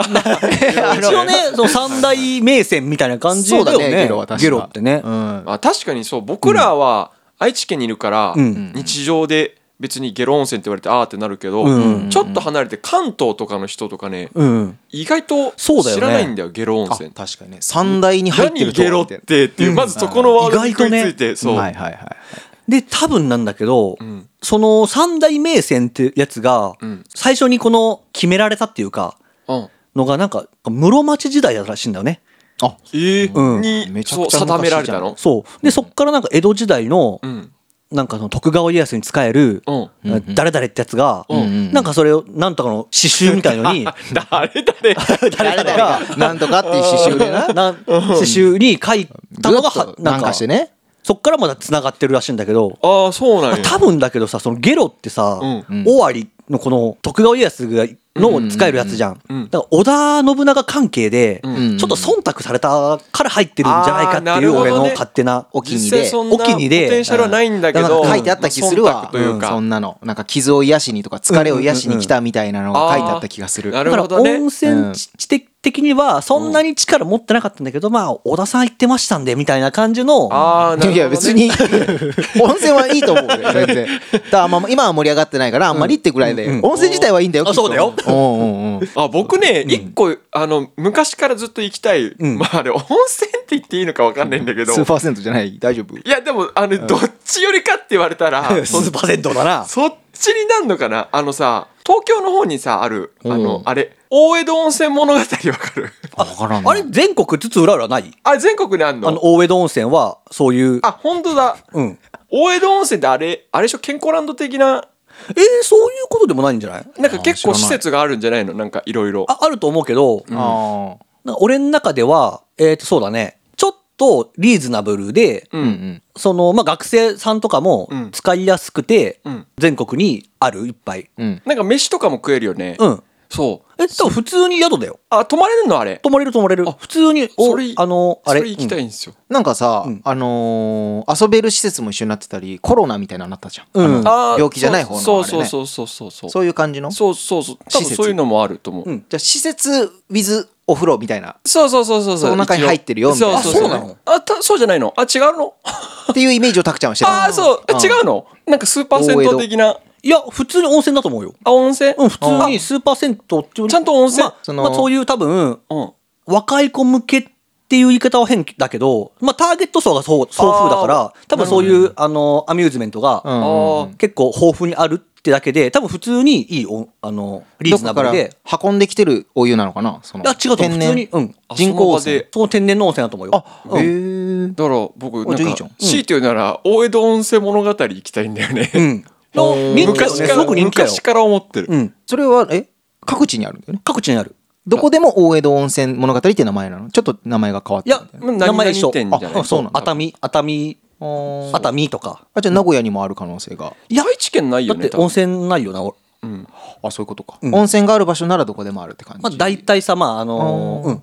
[SPEAKER 3] 一応ね、その三大名船みたいな感じだ
[SPEAKER 2] そうだ
[SPEAKER 3] よ
[SPEAKER 2] ね
[SPEAKER 3] ね。
[SPEAKER 2] ゲロ私は
[SPEAKER 3] ゲロってね
[SPEAKER 2] う。ん
[SPEAKER 4] あ確かにそう僕らは愛知県にいるから、
[SPEAKER 3] うん
[SPEAKER 4] 日常で別にゲロ温泉って言われてあーってなるけど、
[SPEAKER 3] うん
[SPEAKER 4] ちょっと離れて関東とかの人とかね、
[SPEAKER 3] うん。
[SPEAKER 4] 意外と
[SPEAKER 3] そうだよ
[SPEAKER 4] 知
[SPEAKER 3] ね
[SPEAKER 4] らないんだよゲロ温
[SPEAKER 2] あ
[SPEAKER 4] 泉
[SPEAKER 2] 確かにね三大に入って
[SPEAKER 4] 何
[SPEAKER 2] ると
[SPEAKER 4] ゲロってっていう、
[SPEAKER 3] うん
[SPEAKER 4] まずそこのワードに食いついて、そう、
[SPEAKER 2] はいはいはい
[SPEAKER 3] で、多分なんだけど
[SPEAKER 4] う、ん
[SPEAKER 3] その三大名船ってやつが
[SPEAKER 4] うん、
[SPEAKER 3] 最初にこの決められたっていうか、
[SPEAKER 4] うん
[SPEAKER 3] のがなんか、室町時代だったらしいんだよね。
[SPEAKER 2] あ
[SPEAKER 4] えー
[SPEAKER 3] うん
[SPEAKER 4] に
[SPEAKER 2] めちゃ
[SPEAKER 4] そう
[SPEAKER 2] くちゃ昔
[SPEAKER 4] 定められたの
[SPEAKER 3] そう。で、そっからなんか江戸時代の
[SPEAKER 4] う、ん
[SPEAKER 3] なんかその徳川家康に仕える
[SPEAKER 4] うん。
[SPEAKER 3] 誰々ってやつが、
[SPEAKER 4] うん
[SPEAKER 3] なんかそれをなんとかの刺繍みたいのに
[SPEAKER 4] 誰だね。
[SPEAKER 3] 誰々が
[SPEAKER 2] なんとかっていう刺繍でな。
[SPEAKER 3] な刺繍に書いた
[SPEAKER 2] ぐ
[SPEAKER 3] の
[SPEAKER 2] っ
[SPEAKER 3] が
[SPEAKER 2] と
[SPEAKER 3] は
[SPEAKER 2] な
[SPEAKER 3] なんん
[SPEAKER 2] か
[SPEAKER 3] か
[SPEAKER 2] してね。
[SPEAKER 3] そっからまだ繋がってるらしいんだけど
[SPEAKER 4] ああ、そうなんや。
[SPEAKER 3] 多分だけどさそのゲロってさ、
[SPEAKER 4] う
[SPEAKER 2] うん
[SPEAKER 3] 尾張のこの徳川家康がの使えるやつじゃん,、
[SPEAKER 4] うんうんうん
[SPEAKER 3] だから織田信長関係で、
[SPEAKER 4] うん
[SPEAKER 2] うん
[SPEAKER 3] ちょっと忖度されたから入ってるんじゃないかっていう
[SPEAKER 4] あーなるほ
[SPEAKER 3] 俺
[SPEAKER 4] どね
[SPEAKER 3] の勝手な
[SPEAKER 2] お気に
[SPEAKER 4] 実際
[SPEAKER 2] 入り。
[SPEAKER 4] そんな
[SPEAKER 3] お気に入りで
[SPEAKER 4] ポテンシャルはないんだけど、
[SPEAKER 2] うん書いてあった気する
[SPEAKER 4] ま
[SPEAKER 2] わ
[SPEAKER 4] あ忖。度という
[SPEAKER 2] うんそ
[SPEAKER 4] か。
[SPEAKER 2] んなの。なんか傷を癒しにとか疲れを癒しに来たみたいなのが書いてあった気がする。
[SPEAKER 4] な
[SPEAKER 3] だ
[SPEAKER 4] る
[SPEAKER 3] か
[SPEAKER 4] ほ
[SPEAKER 3] ら
[SPEAKER 4] どね
[SPEAKER 3] 温。泉地地的的にはそんなに力持ってなかったんだけど、まあ織田さん行ってましたんでみたいな感じの
[SPEAKER 4] ああ、なるほど、
[SPEAKER 2] い
[SPEAKER 4] ね。
[SPEAKER 2] や別に温泉はいいと思う よ全然だからあんま今は盛り上がってないからあんまりってぐらいで、
[SPEAKER 3] うんうん
[SPEAKER 2] 温泉自体はいいんだよ
[SPEAKER 3] あ
[SPEAKER 2] きっと
[SPEAKER 3] そうだよ
[SPEAKER 2] うんうん うん
[SPEAKER 4] あ僕ね、一個あの昔からずっと行きたい、
[SPEAKER 3] ん
[SPEAKER 4] まああれ温泉って言っていいのかわかんないんだけど、
[SPEAKER 2] 数パーセントじゃない大丈夫
[SPEAKER 4] いやでもあの、どっちよりかって言われたらそ
[SPEAKER 3] スーパー銭湯だな。
[SPEAKER 4] そっちになるのかなあのさ東京の方にさあるあの、
[SPEAKER 2] うん
[SPEAKER 4] あれ大江戸温泉物語わかる
[SPEAKER 2] あ分からん
[SPEAKER 3] あれ全国つつ裏裏ない
[SPEAKER 4] あ全国にあんの
[SPEAKER 3] あ
[SPEAKER 4] あ
[SPEAKER 3] の大江戸温泉はそういう。
[SPEAKER 4] 本当だ
[SPEAKER 3] うん、
[SPEAKER 4] 大江戸温泉ってあれあれでしょ健康ランド的な
[SPEAKER 3] えー、そういうことでもないんじゃない
[SPEAKER 4] なんか結
[SPEAKER 2] あー知らな
[SPEAKER 4] 構
[SPEAKER 2] い
[SPEAKER 4] 施設があるんじゃないのなんかいろいろ
[SPEAKER 3] ああると思うけど、
[SPEAKER 2] あ
[SPEAKER 3] なんか俺の中では、えっ、と、そうだね。ちょっとリーズナブルで、
[SPEAKER 4] う
[SPEAKER 2] ーうんん
[SPEAKER 3] その、まあ、学生さんとかも
[SPEAKER 4] うん
[SPEAKER 3] 使いやすくて、
[SPEAKER 4] うん
[SPEAKER 3] 全国にあるいっぱい。
[SPEAKER 2] うんうん
[SPEAKER 4] なんか飯とかも食えるよね、
[SPEAKER 3] うん。
[SPEAKER 4] そう
[SPEAKER 3] え、多分普通に宿だよ。
[SPEAKER 4] あ泊まれるのあれ
[SPEAKER 3] 泊まれる泊まれる。
[SPEAKER 4] あ
[SPEAKER 3] 普通に、お
[SPEAKER 4] それ
[SPEAKER 3] あの、あれ。
[SPEAKER 4] それ行きたいんですよ、
[SPEAKER 2] なんかさ、
[SPEAKER 3] うん
[SPEAKER 2] あのー遊べる施設も一緒になってたりコロナみたいなのなったじゃん、
[SPEAKER 3] うん
[SPEAKER 2] あの
[SPEAKER 4] あー
[SPEAKER 2] 病気じゃない方のあれ、ね、
[SPEAKER 4] そうそうそうそうそうそうそう
[SPEAKER 2] そういう感じの
[SPEAKER 4] そうそうそう
[SPEAKER 2] 施
[SPEAKER 4] 多分
[SPEAKER 2] 設
[SPEAKER 4] そういうのもあると思う、
[SPEAKER 3] うん
[SPEAKER 2] じゃあ施設 with お風呂みたいな
[SPEAKER 4] そうそうそうそう
[SPEAKER 2] その中に
[SPEAKER 4] 一応
[SPEAKER 2] 入ってるよみたいな
[SPEAKER 4] そうそうそう
[SPEAKER 3] あそうなの
[SPEAKER 4] あたそうじゃないのあ違うの
[SPEAKER 2] っていうイメージをたくちゃんはしてた
[SPEAKER 4] ああーそうあ
[SPEAKER 2] ん
[SPEAKER 4] 違うのなんかスーパー銭湯的ない
[SPEAKER 3] や、普通に温泉だと思うよ。
[SPEAKER 4] あ温泉
[SPEAKER 3] うん、普通にスーパー銭湯っていう
[SPEAKER 4] ちゃんと温泉
[SPEAKER 3] ま
[SPEAKER 2] そ
[SPEAKER 3] あ、
[SPEAKER 2] の
[SPEAKER 3] まあ、そういう多分、
[SPEAKER 4] あうん
[SPEAKER 3] 若い子向けっていう言い方は変だけど、まあ、ターゲット層がそう、そう風だから、多分そういう、あの、アミューズメントが、
[SPEAKER 2] うん
[SPEAKER 4] あ
[SPEAKER 3] 結構豊富にあるってだけで多分普通にいいおあのリー
[SPEAKER 2] ど
[SPEAKER 3] ズ
[SPEAKER 2] こ
[SPEAKER 3] ナ
[SPEAKER 2] か
[SPEAKER 3] ブル
[SPEAKER 2] ら
[SPEAKER 3] で
[SPEAKER 2] 運んできてるお湯なのかなその
[SPEAKER 3] あ違うと思う普
[SPEAKER 2] 天然
[SPEAKER 3] 通に、うん、
[SPEAKER 4] あ
[SPEAKER 2] 人工温
[SPEAKER 4] その場で
[SPEAKER 2] 泉
[SPEAKER 3] その天然の温泉だと思うよ
[SPEAKER 2] あ、
[SPEAKER 3] うん
[SPEAKER 2] へー
[SPEAKER 4] だから僕な
[SPEAKER 2] あじゃあい
[SPEAKER 4] ん
[SPEAKER 2] いじゃ
[SPEAKER 4] か
[SPEAKER 2] んうん
[SPEAKER 4] 強いて言うなら大江戸温泉物語行きたいんだよね、
[SPEAKER 3] うんの人気だよ
[SPEAKER 4] 昔
[SPEAKER 3] ねす
[SPEAKER 4] から
[SPEAKER 3] ごく人気だよ
[SPEAKER 4] 昔、から思ってる、
[SPEAKER 3] うん、
[SPEAKER 2] それはえ各地にあるんだよね
[SPEAKER 3] 各地にある
[SPEAKER 2] どこでも大江戸温泉物語っていう名前なのちょっと名前が変わっ
[SPEAKER 3] い
[SPEAKER 2] てる
[SPEAKER 3] や
[SPEAKER 2] みたいな
[SPEAKER 4] まあ
[SPEAKER 3] 名前一緒
[SPEAKER 4] 何々店じゃない
[SPEAKER 2] ああそうなんだ
[SPEAKER 3] 熱海熱海
[SPEAKER 2] あー
[SPEAKER 3] 熱海とか
[SPEAKER 2] あじゃあ名古屋にもある可能性が
[SPEAKER 4] いや愛知県な
[SPEAKER 3] だ
[SPEAKER 4] いよ
[SPEAKER 3] っ
[SPEAKER 4] ね
[SPEAKER 3] て温泉ないよな、俺
[SPEAKER 4] 多分うん
[SPEAKER 2] あそういうことか、
[SPEAKER 3] うん
[SPEAKER 2] 温泉がある場所ならどこでもあるって感じ、
[SPEAKER 3] まあ、大体さまああのー
[SPEAKER 2] あー
[SPEAKER 3] うん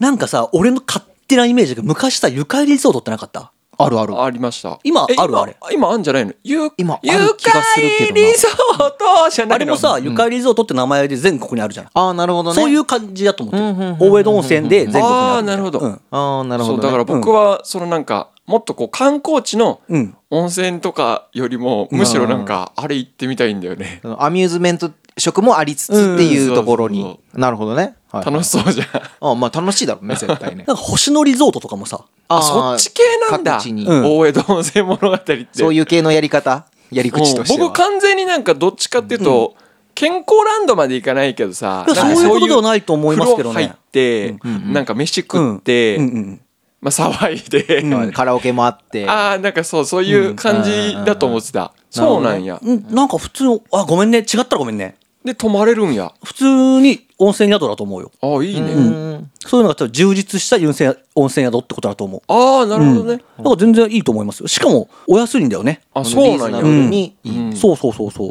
[SPEAKER 3] なんかさ俺の勝手なイメージだけど昔さゆかりリゾートってなかった
[SPEAKER 2] あるある
[SPEAKER 4] ありました
[SPEAKER 3] 今
[SPEAKER 4] え
[SPEAKER 3] あるあれ
[SPEAKER 4] 今今あんじゃないのゆ
[SPEAKER 2] 今ある
[SPEAKER 4] ゆか
[SPEAKER 2] 気がするけど
[SPEAKER 4] り
[SPEAKER 2] な
[SPEAKER 4] リゾートじゃないの
[SPEAKER 3] あれもさ、ゆかりリゾートって名前で全国にあるじゃん
[SPEAKER 2] ああなるほどね
[SPEAKER 3] そういう感じだと思
[SPEAKER 2] うんうんうん
[SPEAKER 3] っ
[SPEAKER 2] う
[SPEAKER 3] て
[SPEAKER 2] ん
[SPEAKER 3] る大江戸温泉で全国にある
[SPEAKER 4] あーなるほど
[SPEAKER 3] うん
[SPEAKER 2] ああなるほ
[SPEAKER 4] そ
[SPEAKER 2] ど、
[SPEAKER 4] う
[SPEAKER 2] ね、
[SPEAKER 4] だから僕はそのなんかもっとこう観光地の
[SPEAKER 3] うん
[SPEAKER 4] 温泉とかよりもむしろなんかあれ行ってみたいんだよね
[SPEAKER 2] そのアミューズメント色もありつつっていうところに、
[SPEAKER 4] うんそうそ
[SPEAKER 2] なるほどね、はい
[SPEAKER 4] 楽しそうじゃん
[SPEAKER 2] あまあ楽しいだろうね絶対ね
[SPEAKER 3] なんか星野リゾートとかもさ、
[SPEAKER 2] ー
[SPEAKER 4] そっち系なんだ
[SPEAKER 2] 各地に、
[SPEAKER 3] うん
[SPEAKER 4] 大江戸温泉物語って
[SPEAKER 2] そういう系のやり方やり口として
[SPEAKER 4] も
[SPEAKER 2] は
[SPEAKER 4] う僕完全になんかどっちかっていうと健康ランドまで行かないけどさ
[SPEAKER 3] いや
[SPEAKER 4] なんか
[SPEAKER 3] そういうことではないと思いますけどね
[SPEAKER 4] 風呂入ってなんか飯食って
[SPEAKER 3] うんうん、
[SPEAKER 4] まあ騒いで
[SPEAKER 2] うんカラオケもあって
[SPEAKER 4] ああなんかそうそういう感じだと思ってたそうなんや
[SPEAKER 3] うんなんか普通のあごめんね違ったらごめんね
[SPEAKER 4] で泊まれるんや
[SPEAKER 3] 普通に温泉宿だと思うよ
[SPEAKER 4] ああいいうね
[SPEAKER 2] ん
[SPEAKER 3] そういうのが多分充実した温泉温泉宿ってことだと思う
[SPEAKER 4] ああなるほどね
[SPEAKER 3] だから全然いいと思いますよしかもお安いんだよね
[SPEAKER 4] あそうなん
[SPEAKER 2] リーズナ
[SPEAKER 4] や
[SPEAKER 2] ブルにいい、
[SPEAKER 4] うん
[SPEAKER 3] そうそうそうそう、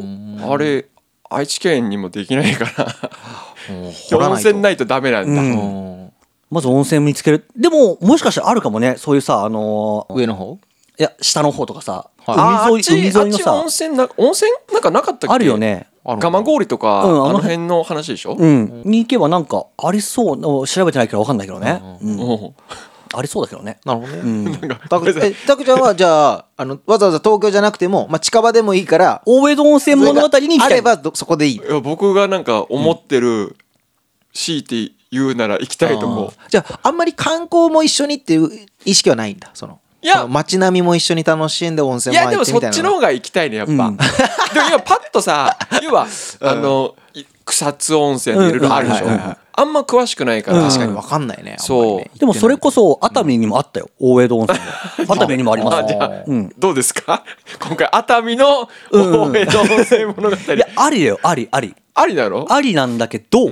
[SPEAKER 4] あれ愛知県にもできないから
[SPEAKER 2] 掘ら
[SPEAKER 4] 温
[SPEAKER 2] ないと
[SPEAKER 4] 泉ないとダメなんだ、
[SPEAKER 3] う
[SPEAKER 2] うんん
[SPEAKER 3] まず温泉見つけるでももしかしたらあるかもねそういうさあのー
[SPEAKER 2] 上の方
[SPEAKER 3] いや下の方とかさ、
[SPEAKER 4] あーあっ
[SPEAKER 3] 海
[SPEAKER 4] ち
[SPEAKER 3] 沿い海沿いの
[SPEAKER 4] あっち温
[SPEAKER 3] さ
[SPEAKER 4] 泉な温泉なんかなかったっけ
[SPEAKER 3] あるよね
[SPEAKER 2] ある
[SPEAKER 4] 蒲郡とか、
[SPEAKER 3] うんあの
[SPEAKER 4] あの辺の話でしょ、
[SPEAKER 3] うん、に行けばなんかありそうな調べてないから分かんないけどね、うん
[SPEAKER 4] も
[SPEAKER 3] ありそうだけどね
[SPEAKER 2] なるほどね、
[SPEAKER 3] うん
[SPEAKER 4] う なんか
[SPEAKER 2] た
[SPEAKER 4] ごめ
[SPEAKER 2] く
[SPEAKER 4] んなさ
[SPEAKER 2] え
[SPEAKER 4] い
[SPEAKER 2] たくちゃんはじゃああのわざわざ東京じゃなくても、まあ、近場でもいいから
[SPEAKER 3] 大江戸温泉物語に行き
[SPEAKER 2] あ
[SPEAKER 3] た
[SPEAKER 2] れ
[SPEAKER 3] い
[SPEAKER 2] ばどそこでいい
[SPEAKER 4] いや僕がなんか思ってる、強いて言うなら行きたいとこ
[SPEAKER 2] じゃああんまり観光も一緒にっていう意識はないんだその
[SPEAKER 4] いや
[SPEAKER 2] その街並みも一緒に楽しんで温
[SPEAKER 4] い
[SPEAKER 2] 泉も
[SPEAKER 4] や
[SPEAKER 2] 入
[SPEAKER 4] で
[SPEAKER 2] っ
[SPEAKER 4] も
[SPEAKER 2] て
[SPEAKER 4] そ
[SPEAKER 2] みたい
[SPEAKER 4] っ
[SPEAKER 2] な
[SPEAKER 4] ちの方が行きたいねやっぱ、
[SPEAKER 3] うん
[SPEAKER 4] でも今パッとさ要はあのい草津温泉っていろいろあるでしょ、
[SPEAKER 2] うんはいはいはいはい
[SPEAKER 4] あんま詳しくないから、
[SPEAKER 3] うん
[SPEAKER 4] 確か
[SPEAKER 2] 分
[SPEAKER 4] に
[SPEAKER 2] かんないね
[SPEAKER 4] そう
[SPEAKER 3] でもそれこ
[SPEAKER 2] そ
[SPEAKER 3] そ熱海にもあったよ、大江戸温泉熱海にもあります
[SPEAKER 4] あじゃあ
[SPEAKER 3] うん
[SPEAKER 4] どうですか 今回熱海の
[SPEAKER 3] うん
[SPEAKER 4] 大江戸温泉物語、
[SPEAKER 3] いやありだよありあり
[SPEAKER 4] ありなの
[SPEAKER 3] ありなんだけど、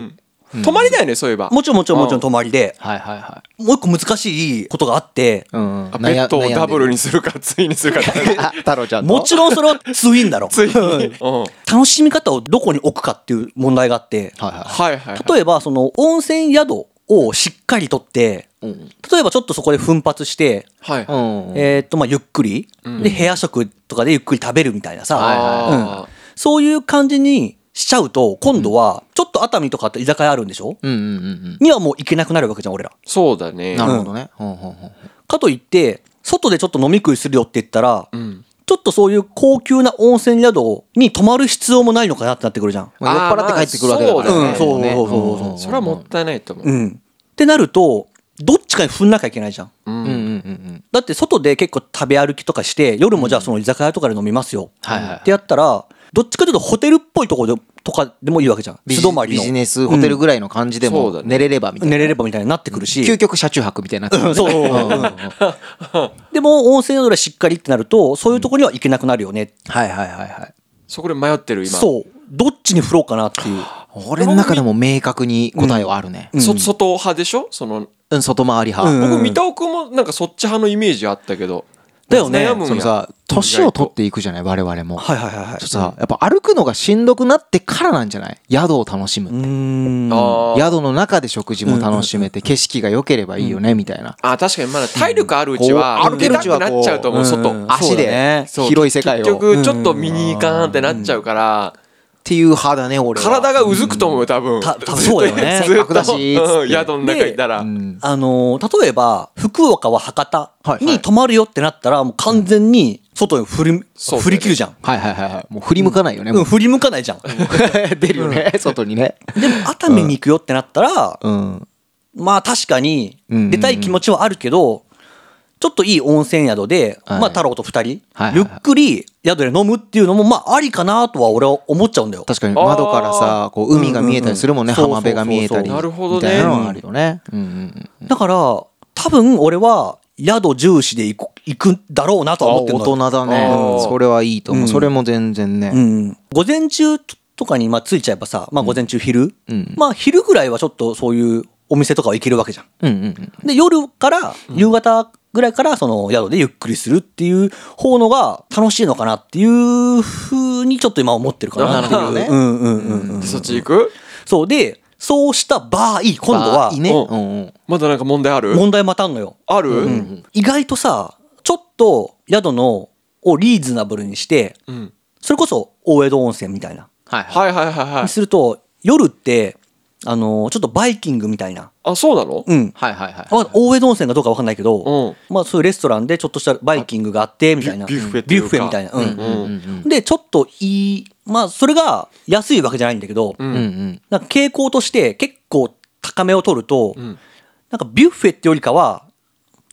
[SPEAKER 4] 泊まりだよねそういえば
[SPEAKER 3] もちろんもちろんもちろん泊まりで、
[SPEAKER 2] はいはいは
[SPEAKER 3] もう一個難しいことがあって、
[SPEAKER 2] いうん
[SPEAKER 4] あベッドをダブル
[SPEAKER 2] に
[SPEAKER 4] にするかついにするかって
[SPEAKER 2] 太郎ちゃんと
[SPEAKER 3] もちろんそれはツインだろ。
[SPEAKER 4] ついに、 う
[SPEAKER 3] うん
[SPEAKER 4] ん、はい
[SPEAKER 3] 楽しみ方をどこに置くかっていう問題があって、
[SPEAKER 2] はいは
[SPEAKER 4] はい、はい、
[SPEAKER 3] 例えばその温泉宿をしっかりとって、
[SPEAKER 2] いうん
[SPEAKER 3] 例えばちょっとそこで奮発して、
[SPEAKER 4] はい、
[SPEAKER 2] うん
[SPEAKER 3] えーっとまあゆっくり、で部屋食とかでゆっくり食べるみたいな
[SPEAKER 4] はいはい
[SPEAKER 3] さ、うんそういう感じにしちゃうと、今度はちょっと熱海とかって居酒屋あるんでしょ
[SPEAKER 2] うんうんうん
[SPEAKER 3] にはもう行けなくなるわけじゃん、俺ら。
[SPEAKER 4] そうだ
[SPEAKER 2] う
[SPEAKER 4] ね
[SPEAKER 2] んなるほどねほんほんほん
[SPEAKER 3] かといって、外でちょっと飲み食いするよって言ったら、
[SPEAKER 4] うん
[SPEAKER 3] ちょっとそういう高級な温泉宿に泊まる必要もないのかなってなってくるじゃん。
[SPEAKER 2] まあ酔っ払って帰ってくるわけだから
[SPEAKER 4] あーま
[SPEAKER 2] ね
[SPEAKER 4] あ
[SPEAKER 3] そうだね
[SPEAKER 2] ね
[SPEAKER 3] うんそうそうそうそう
[SPEAKER 2] うん
[SPEAKER 4] それはもったいないと思
[SPEAKER 3] う
[SPEAKER 4] う、
[SPEAKER 3] ん。ってなると、どっちかに踏んなきゃいけないじゃん。
[SPEAKER 4] うん
[SPEAKER 2] うんうんうん
[SPEAKER 3] だって外で結構食べ歩きとかして、夜もじゃあその居酒屋とかで飲みますよ。
[SPEAKER 2] はいはい
[SPEAKER 3] ってやったら、どっちかというとホテルっぽいところでとかでもいいわけじゃん。
[SPEAKER 2] ビ
[SPEAKER 3] 素
[SPEAKER 2] ジ
[SPEAKER 3] 泊まり
[SPEAKER 2] ビ
[SPEAKER 3] の。
[SPEAKER 2] ジネスホテルぐらいの感じで
[SPEAKER 4] うんそう
[SPEAKER 2] も
[SPEAKER 4] だね
[SPEAKER 2] 寝れればみたいな
[SPEAKER 3] 寝れればみたいになってくるし。
[SPEAKER 2] 究極車中泊みたいになってるね
[SPEAKER 3] そうそうそう
[SPEAKER 2] うんはい
[SPEAKER 3] でも温泉宿でしっかりってなると、そういうところには行けなくなるよね。
[SPEAKER 2] はいはいはい
[SPEAKER 4] そこで迷ってる今
[SPEAKER 3] そう。どっちに振ろうかなっていう。
[SPEAKER 2] 俺の中でも明確に答えはあるね
[SPEAKER 3] うん
[SPEAKER 4] そ外派でしょその
[SPEAKER 2] うん外回り
[SPEAKER 3] うん
[SPEAKER 2] 派
[SPEAKER 4] 僕三田尾君もなんかそっち派のイメージあったけど
[SPEAKER 3] だよね
[SPEAKER 4] 悩むんや
[SPEAKER 2] そのさ年を取っていくじゃない我々も
[SPEAKER 3] はいはいはい
[SPEAKER 2] ち
[SPEAKER 3] はい。
[SPEAKER 2] ょっとさやっぱ歩くのがしんどくなってからなんじゃない宿を楽しむ
[SPEAKER 3] うーん。
[SPEAKER 4] あー
[SPEAKER 2] 宿の中で食事も楽しめて景色が良ければいいよねみたいな
[SPEAKER 4] あ確かにまだ体力あるうちは
[SPEAKER 2] こう歩けるうちは
[SPEAKER 4] 出たくなっちゃうと思う
[SPEAKER 3] こう
[SPEAKER 4] 外
[SPEAKER 3] うん
[SPEAKER 2] 足
[SPEAKER 3] そうだ
[SPEAKER 2] で
[SPEAKER 3] ね
[SPEAKER 2] 広い世界
[SPEAKER 4] 結
[SPEAKER 2] をっ
[SPEAKER 4] 局ちょっと見に行かんってなっちゃうから
[SPEAKER 2] ていう派だね俺は
[SPEAKER 4] 体がうずくと思うよ多分
[SPEAKER 3] た多分そうだよね
[SPEAKER 4] ず
[SPEAKER 2] せ
[SPEAKER 4] っと
[SPEAKER 2] っかくだしっつって
[SPEAKER 4] うん宿の中いたら
[SPEAKER 2] うん
[SPEAKER 3] あのー例えば、福岡は博多
[SPEAKER 2] はいはい
[SPEAKER 3] に泊まるよってなったら、もう完全に外に振り、
[SPEAKER 4] そうだよね
[SPEAKER 3] 振り切るじゃん。
[SPEAKER 2] はいはいはいはいもう振り向かないよね
[SPEAKER 3] う
[SPEAKER 2] も
[SPEAKER 3] ん、
[SPEAKER 2] う
[SPEAKER 3] 振り向かないじゃん。
[SPEAKER 2] 出るよね外にね
[SPEAKER 3] でも、熱海に行くよってなったら、
[SPEAKER 2] うん
[SPEAKER 3] まあ確かに、
[SPEAKER 2] うんうんうん
[SPEAKER 3] 出たい気持ちはあるけど、ちょっといい温泉宿で、
[SPEAKER 2] はい
[SPEAKER 3] まあ太郎と二人
[SPEAKER 2] はいはいはい、
[SPEAKER 3] ゆっくり宿で飲むっていうのも、まあありかなとは俺は思っちゃうんだよ。
[SPEAKER 2] 確かに
[SPEAKER 4] あー
[SPEAKER 2] 窓からさこう海が見えたりするもんね
[SPEAKER 3] うんうんうん
[SPEAKER 2] 浜辺が見えたり
[SPEAKER 4] そうそうそうそう
[SPEAKER 2] みたいなのがあるよねうんうん
[SPEAKER 3] だから、多分俺は宿重視で行く、行くんだろうなとは思ってる
[SPEAKER 2] 大
[SPEAKER 3] の
[SPEAKER 2] 人
[SPEAKER 3] よ
[SPEAKER 2] だ
[SPEAKER 4] あ
[SPEAKER 2] ね
[SPEAKER 4] ー
[SPEAKER 2] それはいいと思う
[SPEAKER 3] うん
[SPEAKER 2] それも全然ね
[SPEAKER 3] うん、午前中とかにまあ着いちゃえばさ、まあ、午前中昼、
[SPEAKER 2] うん
[SPEAKER 3] まあ昼ぐらいはちょっとそういうお店とかは行けるわけじゃん。
[SPEAKER 2] うんうんうん
[SPEAKER 3] で夜から夕方ぐらいからその宿でゆっくりするっていう方のが楽しいのかなっていうふうにちょっと今思ってるかなってい
[SPEAKER 2] なるほ
[SPEAKER 3] う。
[SPEAKER 2] どね
[SPEAKER 3] うんうんうんうん
[SPEAKER 4] でそっち行く
[SPEAKER 3] そうでそうした場合今度
[SPEAKER 2] あ
[SPEAKER 3] はい
[SPEAKER 2] いね
[SPEAKER 4] うん
[SPEAKER 2] うんうん
[SPEAKER 4] まだなんか問題ある
[SPEAKER 3] 問題またんのよ。
[SPEAKER 4] ある
[SPEAKER 3] うん意外とさちょっと宿のをリーズナブルにして
[SPEAKER 4] うん
[SPEAKER 3] それこそ大江戸温泉みたいな
[SPEAKER 2] はいはい
[SPEAKER 4] はいはいはいはい
[SPEAKER 3] すると夜ってあのーちょっとバイキングみたいな、
[SPEAKER 4] あそうなの
[SPEAKER 3] うん、
[SPEAKER 2] はいはいはい
[SPEAKER 3] わかん大江戸温泉かどうかわかんないけど、
[SPEAKER 4] うん
[SPEAKER 3] まあ、そういうレストランでちょっとしたバイキングがあってみたいな
[SPEAKER 4] ビュッフェと
[SPEAKER 3] ビ
[SPEAKER 4] い
[SPEAKER 3] ュ
[SPEAKER 4] う
[SPEAKER 3] ッ
[SPEAKER 4] か
[SPEAKER 3] フェみたいな、うん
[SPEAKER 4] うん
[SPEAKER 3] でちょっといいまあそれが安いわけじゃないんだけど、
[SPEAKER 4] ん
[SPEAKER 2] うんうん
[SPEAKER 3] なんか傾向として結構高めを取ると、
[SPEAKER 4] ん
[SPEAKER 3] なんかビュッフェってよりかは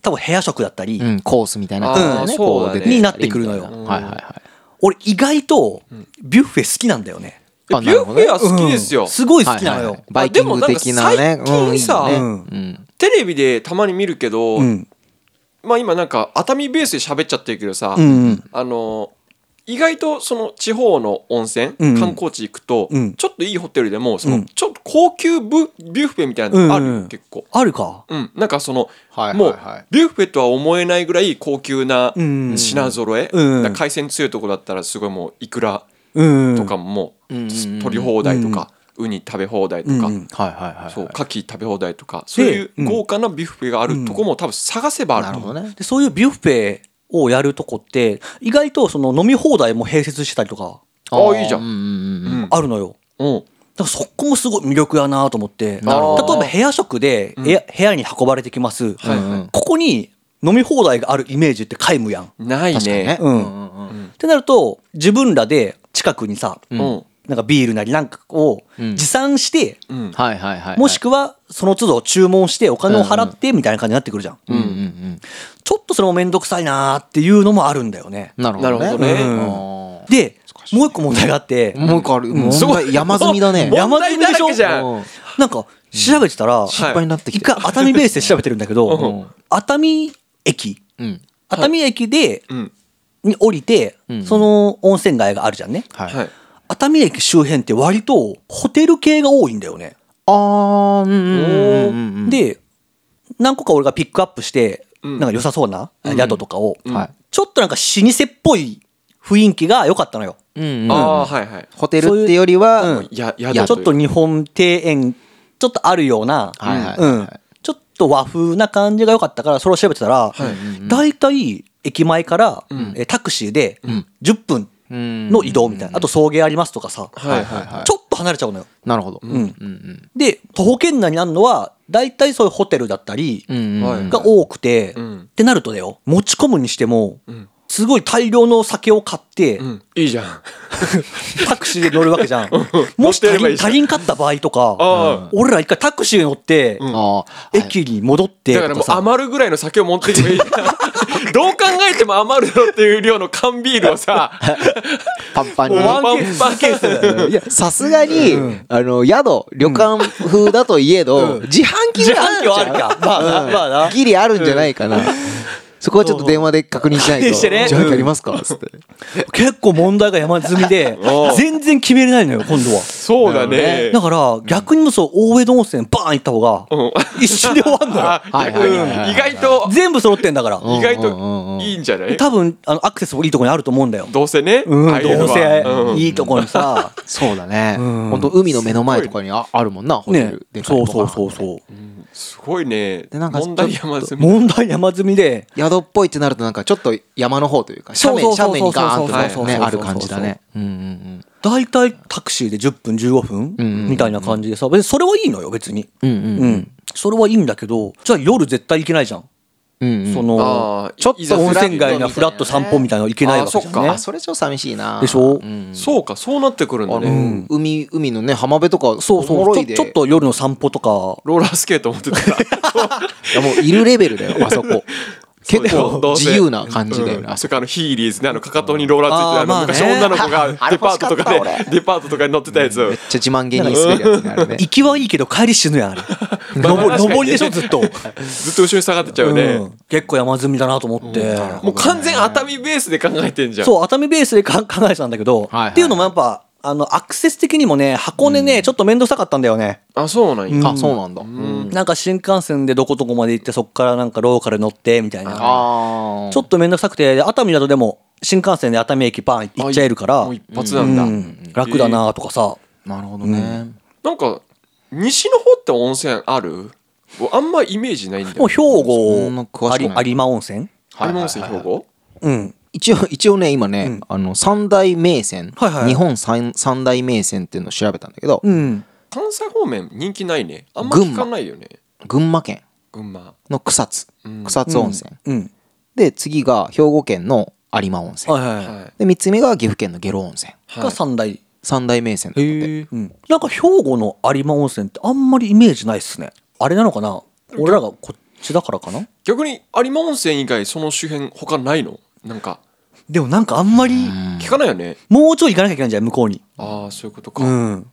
[SPEAKER 3] 多分部屋食だったり、
[SPEAKER 2] うんコースみたいな
[SPEAKER 4] あ
[SPEAKER 2] 感
[SPEAKER 4] ー
[SPEAKER 2] じでね
[SPEAKER 4] そう
[SPEAKER 2] こ
[SPEAKER 4] だ
[SPEAKER 2] う出
[SPEAKER 4] ね
[SPEAKER 2] てきたり
[SPEAKER 3] になってくるの
[SPEAKER 2] み
[SPEAKER 3] よ
[SPEAKER 2] たいなはいはいは
[SPEAKER 3] 俺意外とビュッフェ好きなんだよね、
[SPEAKER 2] い
[SPEAKER 4] え
[SPEAKER 2] あ
[SPEAKER 4] ビ
[SPEAKER 2] な
[SPEAKER 4] ュ
[SPEAKER 2] る
[SPEAKER 4] ッフ
[SPEAKER 2] ほどね
[SPEAKER 4] ェは好きですよ
[SPEAKER 3] うんすごい好きな
[SPEAKER 2] は
[SPEAKER 3] のよ、
[SPEAKER 2] いはいはいバイキング的なね
[SPEAKER 4] あでもなんか最近さ
[SPEAKER 2] うんいいよね
[SPEAKER 3] う
[SPEAKER 2] うん
[SPEAKER 4] テレビでたまに見るけど
[SPEAKER 3] うん
[SPEAKER 4] まあ今なんか熱海ベースで喋っちゃってるけどさ
[SPEAKER 3] うんうん
[SPEAKER 4] あの意外とその地方の温泉、
[SPEAKER 3] うんうん
[SPEAKER 4] 観光地行くと、
[SPEAKER 3] うん
[SPEAKER 4] ちょっといいホテルでもそうの
[SPEAKER 3] ん
[SPEAKER 4] ちょっと高級ブビュッフェみたいなのあるよ、
[SPEAKER 3] うんうん
[SPEAKER 4] 結構、
[SPEAKER 3] あるか
[SPEAKER 4] うん、なんかその、
[SPEAKER 2] はいはい
[SPEAKER 4] もう
[SPEAKER 2] はい
[SPEAKER 4] ビュッフェとは思えないぐらい高級な
[SPEAKER 3] うんうん
[SPEAKER 4] 品揃え、
[SPEAKER 3] うんうん
[SPEAKER 4] だから海鮮強いとこだったらすごいもういくら
[SPEAKER 3] うん
[SPEAKER 4] とかもう、
[SPEAKER 2] うんうんうん
[SPEAKER 4] 取り放題とか、ウニ食べ放題とか、
[SPEAKER 3] うんうん
[SPEAKER 2] はいはいはい
[SPEAKER 4] そう
[SPEAKER 2] は
[SPEAKER 4] 牡蠣食べ放題とかそういう
[SPEAKER 3] うん
[SPEAKER 4] 豪華なビュッフェがあるとこも多分探せばあ
[SPEAKER 2] い
[SPEAKER 4] る
[SPEAKER 2] な
[SPEAKER 4] と
[SPEAKER 2] る
[SPEAKER 4] 思う
[SPEAKER 2] ほどね
[SPEAKER 3] でそういうビュッフェをやるとこって意外とその飲み放題も併設してたりとか
[SPEAKER 4] ああいいじゃん
[SPEAKER 2] うんうんうん
[SPEAKER 4] うん
[SPEAKER 3] あるのよ
[SPEAKER 4] うん
[SPEAKER 3] だからそこもすごい魅力やなと思って例え
[SPEAKER 4] なるほど
[SPEAKER 3] ば部屋食で部屋,、部屋に運ばれてきます、
[SPEAKER 4] はい
[SPEAKER 2] うんう
[SPEAKER 4] は
[SPEAKER 2] ん
[SPEAKER 3] ここに飲み放題があるイメージって皆無やんっ
[SPEAKER 4] いない
[SPEAKER 2] 確かにね
[SPEAKER 4] ね
[SPEAKER 3] うん
[SPEAKER 2] うんうんうん
[SPEAKER 3] てなると自分らで近くにさ、
[SPEAKER 4] うん、
[SPEAKER 3] なんかビールなりなんかを持参して、
[SPEAKER 4] うん
[SPEAKER 2] はいはいはい
[SPEAKER 3] もしくはその都度注文してお金を払ってみたいな感じになってくるじゃん、
[SPEAKER 2] うんうんうん
[SPEAKER 3] ちょっとそれも面倒くさいなーっていうのもあるんだよね
[SPEAKER 2] なるほどね
[SPEAKER 4] なるほどね
[SPEAKER 2] うん
[SPEAKER 3] でもう一個問題があって、
[SPEAKER 2] もう一個あるもう
[SPEAKER 4] すご い
[SPEAKER 2] 山積みだね
[SPEAKER 4] もう問題だらけじゃん
[SPEAKER 2] うん
[SPEAKER 3] なんか調べてたら、
[SPEAKER 2] 心配になってき
[SPEAKER 3] 一
[SPEAKER 2] て
[SPEAKER 3] 回熱海ベースで調べてるんだけ
[SPEAKER 4] う
[SPEAKER 3] ど
[SPEAKER 4] ん、
[SPEAKER 3] 熱海駅、
[SPEAKER 2] うん
[SPEAKER 3] 熱海駅で、
[SPEAKER 4] うん
[SPEAKER 3] に降りて
[SPEAKER 2] う、ん
[SPEAKER 3] その温泉街があるじゃんね。
[SPEAKER 2] はい、
[SPEAKER 4] はい
[SPEAKER 3] 熱海駅周辺って割とホテル系が多いんだよね。
[SPEAKER 2] あーうんうんうんうんうん
[SPEAKER 3] で何個か俺がピックアップして、
[SPEAKER 4] うん
[SPEAKER 3] なんか良さそうな宿とかを、
[SPEAKER 4] うん
[SPEAKER 2] はい
[SPEAKER 3] ちょっとなんか老舗っぽい雰囲気が良かったのよ。
[SPEAKER 2] うんうん
[SPEAKER 4] ああーはいはい
[SPEAKER 2] ホテルってよりは、
[SPEAKER 3] うん
[SPEAKER 4] やや
[SPEAKER 2] いや
[SPEAKER 3] ちょっと日本庭園ちょっとあるような、
[SPEAKER 2] はいはいはい
[SPEAKER 3] うん
[SPEAKER 2] はい
[SPEAKER 3] ちょっと和風な感じが良かったからそれを調べてたら、大体駅前から、えータクシーで10分の移動みたいな、あと送迎ありますとかさ、
[SPEAKER 4] はいはいはい
[SPEAKER 3] ちょっと離れちゃうのよ。
[SPEAKER 2] なるほど、うん
[SPEAKER 3] うんで徒歩圏内にあるのは大体そういうホテルだったり、
[SPEAKER 2] うん
[SPEAKER 4] はい
[SPEAKER 3] が多くて、
[SPEAKER 4] うん
[SPEAKER 3] ってなるとだよ持ち込むにしても、
[SPEAKER 4] ん
[SPEAKER 3] すごい大量の酒を買って、
[SPEAKER 4] うんいいじゃんあ
[SPEAKER 3] タクシーで乗るわけじゃ んもし
[SPEAKER 4] 乗って
[SPEAKER 3] 足
[SPEAKER 4] ればい
[SPEAKER 3] り
[SPEAKER 4] い
[SPEAKER 3] ん
[SPEAKER 4] じゃん
[SPEAKER 3] 足りんかった場合とか
[SPEAKER 4] あ
[SPEAKER 3] 俺ら一回タクシーに乗って、
[SPEAKER 2] あーはい
[SPEAKER 3] 駅に戻って
[SPEAKER 4] だから
[SPEAKER 3] と
[SPEAKER 4] もう
[SPEAKER 3] かさ
[SPEAKER 4] 余るぐらいの酒を持ってきていい どう考えても余るよっていう量の缶ビールをさ
[SPEAKER 2] パンパン
[SPEAKER 4] もう
[SPEAKER 2] に
[SPEAKER 4] ワンケースワンケース
[SPEAKER 2] いやさすがに、あの宿旅館風だといえど、自販機ぐ
[SPEAKER 3] 自
[SPEAKER 2] らい
[SPEAKER 3] 販機はあるかまあなまあな
[SPEAKER 2] ギリあるんじゃないかな、そこはちょっと電話で確認しない
[SPEAKER 3] 確認
[SPEAKER 2] と
[SPEAKER 3] してね
[SPEAKER 2] 自販機ありますか?」つって
[SPEAKER 3] 結構問題が山積みで全然決めれないのよ今度は。
[SPEAKER 4] そうだね
[SPEAKER 3] だから逆にもそう大江戸温泉バーン行った方が
[SPEAKER 4] うん
[SPEAKER 3] 一瞬で終わんのよ
[SPEAKER 4] あ
[SPEAKER 2] はいはいはいはい
[SPEAKER 4] うん意外と
[SPEAKER 3] 全部揃ってんだから
[SPEAKER 4] 意外
[SPEAKER 2] うんうんうん
[SPEAKER 4] といいんじゃない
[SPEAKER 3] 多分あのアクセスもいいとこにあると思うんだよ
[SPEAKER 4] どうせね
[SPEAKER 3] うん、
[SPEAKER 4] ああいの
[SPEAKER 3] どう
[SPEAKER 4] は
[SPEAKER 3] せ
[SPEAKER 4] うん
[SPEAKER 3] いいとこにさ、
[SPEAKER 2] そうだね、
[SPEAKER 3] うん
[SPEAKER 2] 本当海の目の前とかにああるもんなホテ
[SPEAKER 3] ね
[SPEAKER 2] ル、でかい
[SPEAKER 3] そ
[SPEAKER 2] の
[SPEAKER 3] う
[SPEAKER 2] が
[SPEAKER 3] そうそうそう。
[SPEAKER 4] すごいね
[SPEAKER 2] でなんか
[SPEAKER 4] 問題山積み
[SPEAKER 3] 問題山積みで、
[SPEAKER 2] 宿っぽいってなるとなんかちょっと山の方というか斜面
[SPEAKER 3] そうそう
[SPEAKER 2] 斜面に
[SPEAKER 3] そうそう
[SPEAKER 2] ガーンとね
[SPEAKER 4] そうそうそう
[SPEAKER 2] ね
[SPEAKER 3] そう
[SPEAKER 2] ある感じだねうんうん
[SPEAKER 3] だいたいタクシーで10分15分、
[SPEAKER 2] んうん
[SPEAKER 3] みたいな感じでさ、別にそれはいいのよ、別に。
[SPEAKER 2] うんうんうん
[SPEAKER 3] うん。それはいいんだけど、じゃあ夜絶対行けないじゃん。
[SPEAKER 2] うんうん
[SPEAKER 3] そ
[SPEAKER 4] あ
[SPEAKER 3] の
[SPEAKER 4] ー、
[SPEAKER 3] ちょっ
[SPEAKER 4] いざ
[SPEAKER 3] と温泉街のフ
[SPEAKER 2] フ
[SPEAKER 3] ラ
[SPEAKER 2] ラ
[SPEAKER 3] ッ
[SPEAKER 2] ット
[SPEAKER 3] ト散
[SPEAKER 2] 散歩
[SPEAKER 3] 歩み
[SPEAKER 2] み
[SPEAKER 3] たいなの行けないわけじゃん
[SPEAKER 4] あ
[SPEAKER 3] ね
[SPEAKER 2] あ。それちょっと寂しいな
[SPEAKER 3] でしょ
[SPEAKER 2] うん
[SPEAKER 4] そうかそうなってくるんだ
[SPEAKER 2] う
[SPEAKER 4] ね
[SPEAKER 2] ん海海のね浜辺とか
[SPEAKER 3] そう
[SPEAKER 2] おも
[SPEAKER 3] そう
[SPEAKER 2] ろ
[SPEAKER 3] ちょ。
[SPEAKER 2] いで
[SPEAKER 3] ちょっと夜の散歩とか、
[SPEAKER 4] ローラースケート持 ってたら
[SPEAKER 2] いやもういるレベルだよあそ こ 結構自由な感じだよ
[SPEAKER 4] うん
[SPEAKER 2] ね
[SPEAKER 4] あ
[SPEAKER 2] あ
[SPEAKER 4] そ
[SPEAKER 2] そ
[SPEAKER 4] れからあのヒーリーズねあのかかとにローラーついてる
[SPEAKER 3] あーまあ
[SPEAKER 4] あの
[SPEAKER 3] ね
[SPEAKER 4] 昔女の子が
[SPEAKER 2] あ
[SPEAKER 4] デ
[SPEAKER 2] れ欲
[SPEAKER 4] パー
[SPEAKER 2] しか
[SPEAKER 4] トと
[SPEAKER 2] った
[SPEAKER 4] かで
[SPEAKER 2] 俺
[SPEAKER 4] デパートとかに乗ってたやつ
[SPEAKER 2] こめっちゃ自慢げに滑るやつねあれね
[SPEAKER 3] 行きはいいけど帰り死ぬやん、あれ。
[SPEAKER 4] まあ
[SPEAKER 3] 登り登りでしょ、ずっと。
[SPEAKER 4] ずっと後ろに下がってっちゃう
[SPEAKER 3] う
[SPEAKER 4] ね
[SPEAKER 3] ん結構山積みだなと思って。
[SPEAKER 4] もう完全熱海ベースで考えてんじゃん
[SPEAKER 3] そう、熱海ベースでか 考えてたんだけど、
[SPEAKER 2] はいはい
[SPEAKER 3] っていうのもやっぱ、あの、アクセス的にもね、箱根ね、ちょっと面倒くさかったんだよね。
[SPEAKER 4] あそうなんや
[SPEAKER 2] あそうなんだ
[SPEAKER 3] なんか新幹線でどこどこまで行って、そっからなんかローカル乗って、みたいな。
[SPEAKER 2] あ
[SPEAKER 3] ちょっと面倒くさくて、熱海だとでも、新幹線で熱海駅パン行っちゃえるから、
[SPEAKER 4] もう一発なんだ、
[SPEAKER 3] うん楽だなとかさ、
[SPEAKER 2] なるほどね
[SPEAKER 4] なんか西の方って温泉あるあんまイメージないんだ
[SPEAKER 3] も
[SPEAKER 4] よ
[SPEAKER 3] う兵庫
[SPEAKER 2] そんな詳しくない
[SPEAKER 3] 有有馬温泉
[SPEAKER 4] 有馬温泉兵庫
[SPEAKER 3] うん。
[SPEAKER 2] 一応一応ね今ね、あの三大名泉、
[SPEAKER 3] はいはい
[SPEAKER 2] 日本三三大名泉っていうのを調べたんだけど、
[SPEAKER 3] うん。
[SPEAKER 4] 関西方面人気ないねあんま聞かないよね
[SPEAKER 2] 群馬県
[SPEAKER 4] 群馬
[SPEAKER 2] の草津、
[SPEAKER 4] うん
[SPEAKER 2] 草津温泉、
[SPEAKER 3] うん。
[SPEAKER 2] で次が兵庫県の有馬温泉、
[SPEAKER 3] はいはいは
[SPEAKER 4] はい
[SPEAKER 2] で3つ目が岐阜県の下呂温泉
[SPEAKER 3] い。が三大。
[SPEAKER 2] 三大名泉だって
[SPEAKER 3] うん。なんか兵庫の有馬温泉ってあんまりイメージないっすね。あれなのかな俺らがこっちだからかな
[SPEAKER 4] 逆に有馬温泉以外その周辺他ないのなんか
[SPEAKER 3] でもなんかあんまり、
[SPEAKER 4] 聞かないよね、
[SPEAKER 3] もうちょい行かなきゃいけないんじゃない向こうに。
[SPEAKER 4] ああそういうことか、
[SPEAKER 3] ん。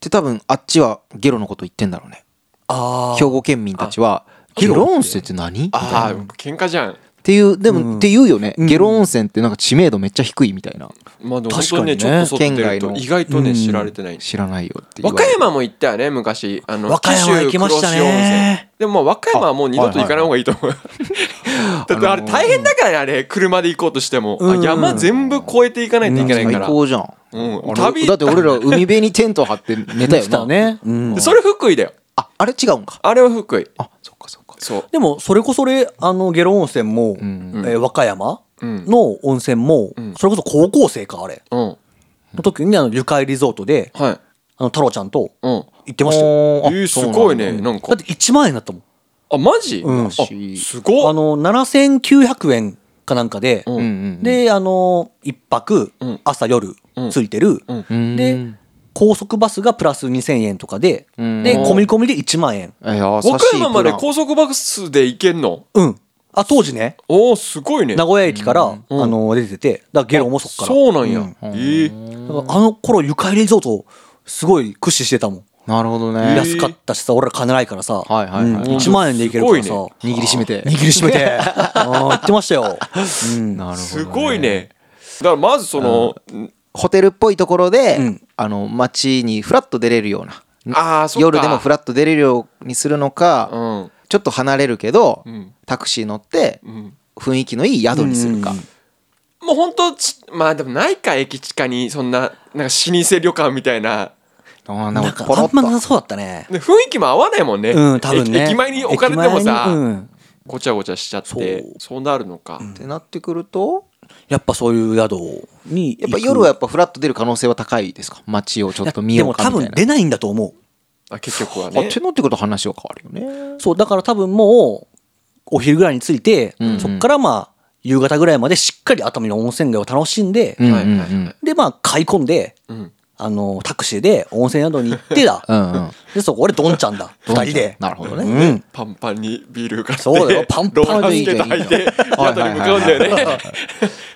[SPEAKER 2] で多分あっちはゲロのこと言ってんだろうね
[SPEAKER 3] ああ。
[SPEAKER 2] 兵庫県民たちは「ゲロ温泉って何?」みたいな
[SPEAKER 4] ああ喧嘩じゃん
[SPEAKER 2] っていうでも、っていうよね、ゲロ温泉ってなんか知名度めっちゃ低いみたいな
[SPEAKER 4] まあでも本
[SPEAKER 3] 確か
[SPEAKER 4] 当に
[SPEAKER 3] に
[SPEAKER 4] ね
[SPEAKER 3] ね
[SPEAKER 4] ちょっと外出
[SPEAKER 2] 県
[SPEAKER 4] る
[SPEAKER 2] 外
[SPEAKER 4] と
[SPEAKER 2] の
[SPEAKER 4] 意外とね知られてない、
[SPEAKER 2] 知らないよって言
[SPEAKER 4] 和
[SPEAKER 2] われ
[SPEAKER 4] 歌
[SPEAKER 2] る
[SPEAKER 4] 山も行ったよね昔あの
[SPEAKER 3] 和歌山行きましたね
[SPEAKER 4] 九州黒潮温泉でもまあ和歌山はもう二度と行かない方がいいと思う だってあれ大変だからねあれ車で行こうとしてもあ山全部越えていかないといけないから
[SPEAKER 2] 最高じゃん、
[SPEAKER 4] うん
[SPEAKER 2] あれ
[SPEAKER 4] 旅
[SPEAKER 2] だって俺ら海辺にテント張って寝 たよな
[SPEAKER 3] ね。うん
[SPEAKER 4] で。それ福井だよ
[SPEAKER 2] ああれ違うんか
[SPEAKER 4] あれは福井
[SPEAKER 2] あそっかそっか
[SPEAKER 4] そう
[SPEAKER 3] でも、それこそれ、あの、下呂温泉も、
[SPEAKER 2] ん
[SPEAKER 3] えー和歌山
[SPEAKER 4] うん
[SPEAKER 3] の温泉も、
[SPEAKER 4] ん
[SPEAKER 3] それこそ高校生か、あれ。
[SPEAKER 4] うん
[SPEAKER 3] の時に、あの、ゆかいリゾートで、
[SPEAKER 4] はい
[SPEAKER 3] あの、太郎ちゃんと
[SPEAKER 4] うん
[SPEAKER 3] 行ってましたよ。
[SPEAKER 4] えーすごいねなん
[SPEAKER 3] だ
[SPEAKER 4] か
[SPEAKER 3] って1万円だったもん。
[SPEAKER 4] あマジ
[SPEAKER 3] ん
[SPEAKER 4] あすご
[SPEAKER 3] あ
[SPEAKER 4] っ
[SPEAKER 3] の、7900円かなんかで、
[SPEAKER 4] うん
[SPEAKER 3] で、あの、一泊
[SPEAKER 4] ん、
[SPEAKER 3] 朝夜
[SPEAKER 4] ん、
[SPEAKER 3] ついてる。
[SPEAKER 4] うん
[SPEAKER 2] で
[SPEAKER 3] で、高速バスがプラス2000円とかで、
[SPEAKER 2] ん
[SPEAKER 3] で、込み込みで1万円。
[SPEAKER 2] いや
[SPEAKER 4] 和歌山まで
[SPEAKER 2] こ
[SPEAKER 4] 高速バスで行けんの
[SPEAKER 3] うん。あ、当時ね、
[SPEAKER 4] おおすごいね
[SPEAKER 3] 名古屋駅から、あの、出てて、だからゲロもそっから。
[SPEAKER 4] そうなんや
[SPEAKER 3] うん
[SPEAKER 4] ええ
[SPEAKER 3] だからあの頃、ゆかりリゾート、すごい駆使してたもん。
[SPEAKER 2] なるほどね
[SPEAKER 3] 安かったしさ、俺ら金ないからさ、
[SPEAKER 2] はいはいはい
[SPEAKER 3] うん1万円でいけるからさ、
[SPEAKER 4] すごい
[SPEAKER 2] 握りしめて
[SPEAKER 3] 握りし めて、うん言ってましたよ。うん
[SPEAKER 2] なるほどね
[SPEAKER 4] すごいねだからまずその
[SPEAKER 2] ホテルっぽいところで、
[SPEAKER 3] うん
[SPEAKER 2] あの街にフラッと出れるような
[SPEAKER 4] ああそっか
[SPEAKER 2] 夜でもフラッと出れるようにするのか、
[SPEAKER 4] うん
[SPEAKER 2] ちょっと離れるけど、
[SPEAKER 4] うん
[SPEAKER 2] タクシー乗って
[SPEAKER 4] うん
[SPEAKER 2] 雰囲気のいい宿にするか、
[SPEAKER 3] うん
[SPEAKER 4] もう本当ちまあでもないか駅地下にそんななんか老舗旅館みたいな
[SPEAKER 2] あーな
[SPEAKER 3] なんん
[SPEAKER 2] か
[SPEAKER 3] か
[SPEAKER 2] ポロ
[SPEAKER 3] あんまな
[SPEAKER 2] ッ
[SPEAKER 3] さ
[SPEAKER 2] と
[SPEAKER 3] そうだったね。
[SPEAKER 4] で雰囲気も合わないもんね
[SPEAKER 3] うん、多分ね。
[SPEAKER 4] 駅駅前に置かれてもさ
[SPEAKER 3] 駅前にうん
[SPEAKER 4] ごちゃごちゃしちゃって
[SPEAKER 3] そう
[SPEAKER 4] そうなるのか
[SPEAKER 2] ってなってくると
[SPEAKER 3] やっぱそういう宿に
[SPEAKER 2] や
[SPEAKER 3] 行
[SPEAKER 2] っ
[SPEAKER 3] く。
[SPEAKER 2] ぱ夜はやっぱフラッと出る可能性は高いですか街をちょっと見
[SPEAKER 3] で
[SPEAKER 2] よ
[SPEAKER 3] も
[SPEAKER 2] うか
[SPEAKER 3] 多
[SPEAKER 2] みたい
[SPEAKER 3] 分
[SPEAKER 2] な
[SPEAKER 3] 出ないんだと思
[SPEAKER 4] あ結局は
[SPEAKER 2] あ
[SPEAKER 4] ね
[SPEAKER 2] ってなってくると話は変わるよね
[SPEAKER 3] う。そう、だから多分もう、お昼ぐらいに着いて、
[SPEAKER 2] うんうん
[SPEAKER 3] そっからまあ、夕方ぐらいまでしっかり熱海の温泉街を楽しんで、
[SPEAKER 2] うんうん
[SPEAKER 4] はいはい
[SPEAKER 2] うん
[SPEAKER 3] で、まあ、買い込んで、
[SPEAKER 4] うん
[SPEAKER 3] あの、タクシーで温泉宿に行ってだ。
[SPEAKER 2] うんうん
[SPEAKER 3] で、そこ俺、ドンちゃんだ。二人で。
[SPEAKER 2] なる ほど
[SPEAKER 3] う
[SPEAKER 2] ね
[SPEAKER 3] ん。
[SPEAKER 4] パンパンにビール買って
[SPEAKER 3] そうだよパンパン
[SPEAKER 4] ローラースケート履いて
[SPEAKER 2] はい
[SPEAKER 4] 宿に向かうんだよ
[SPEAKER 2] はいはい
[SPEAKER 4] ね
[SPEAKER 2] はい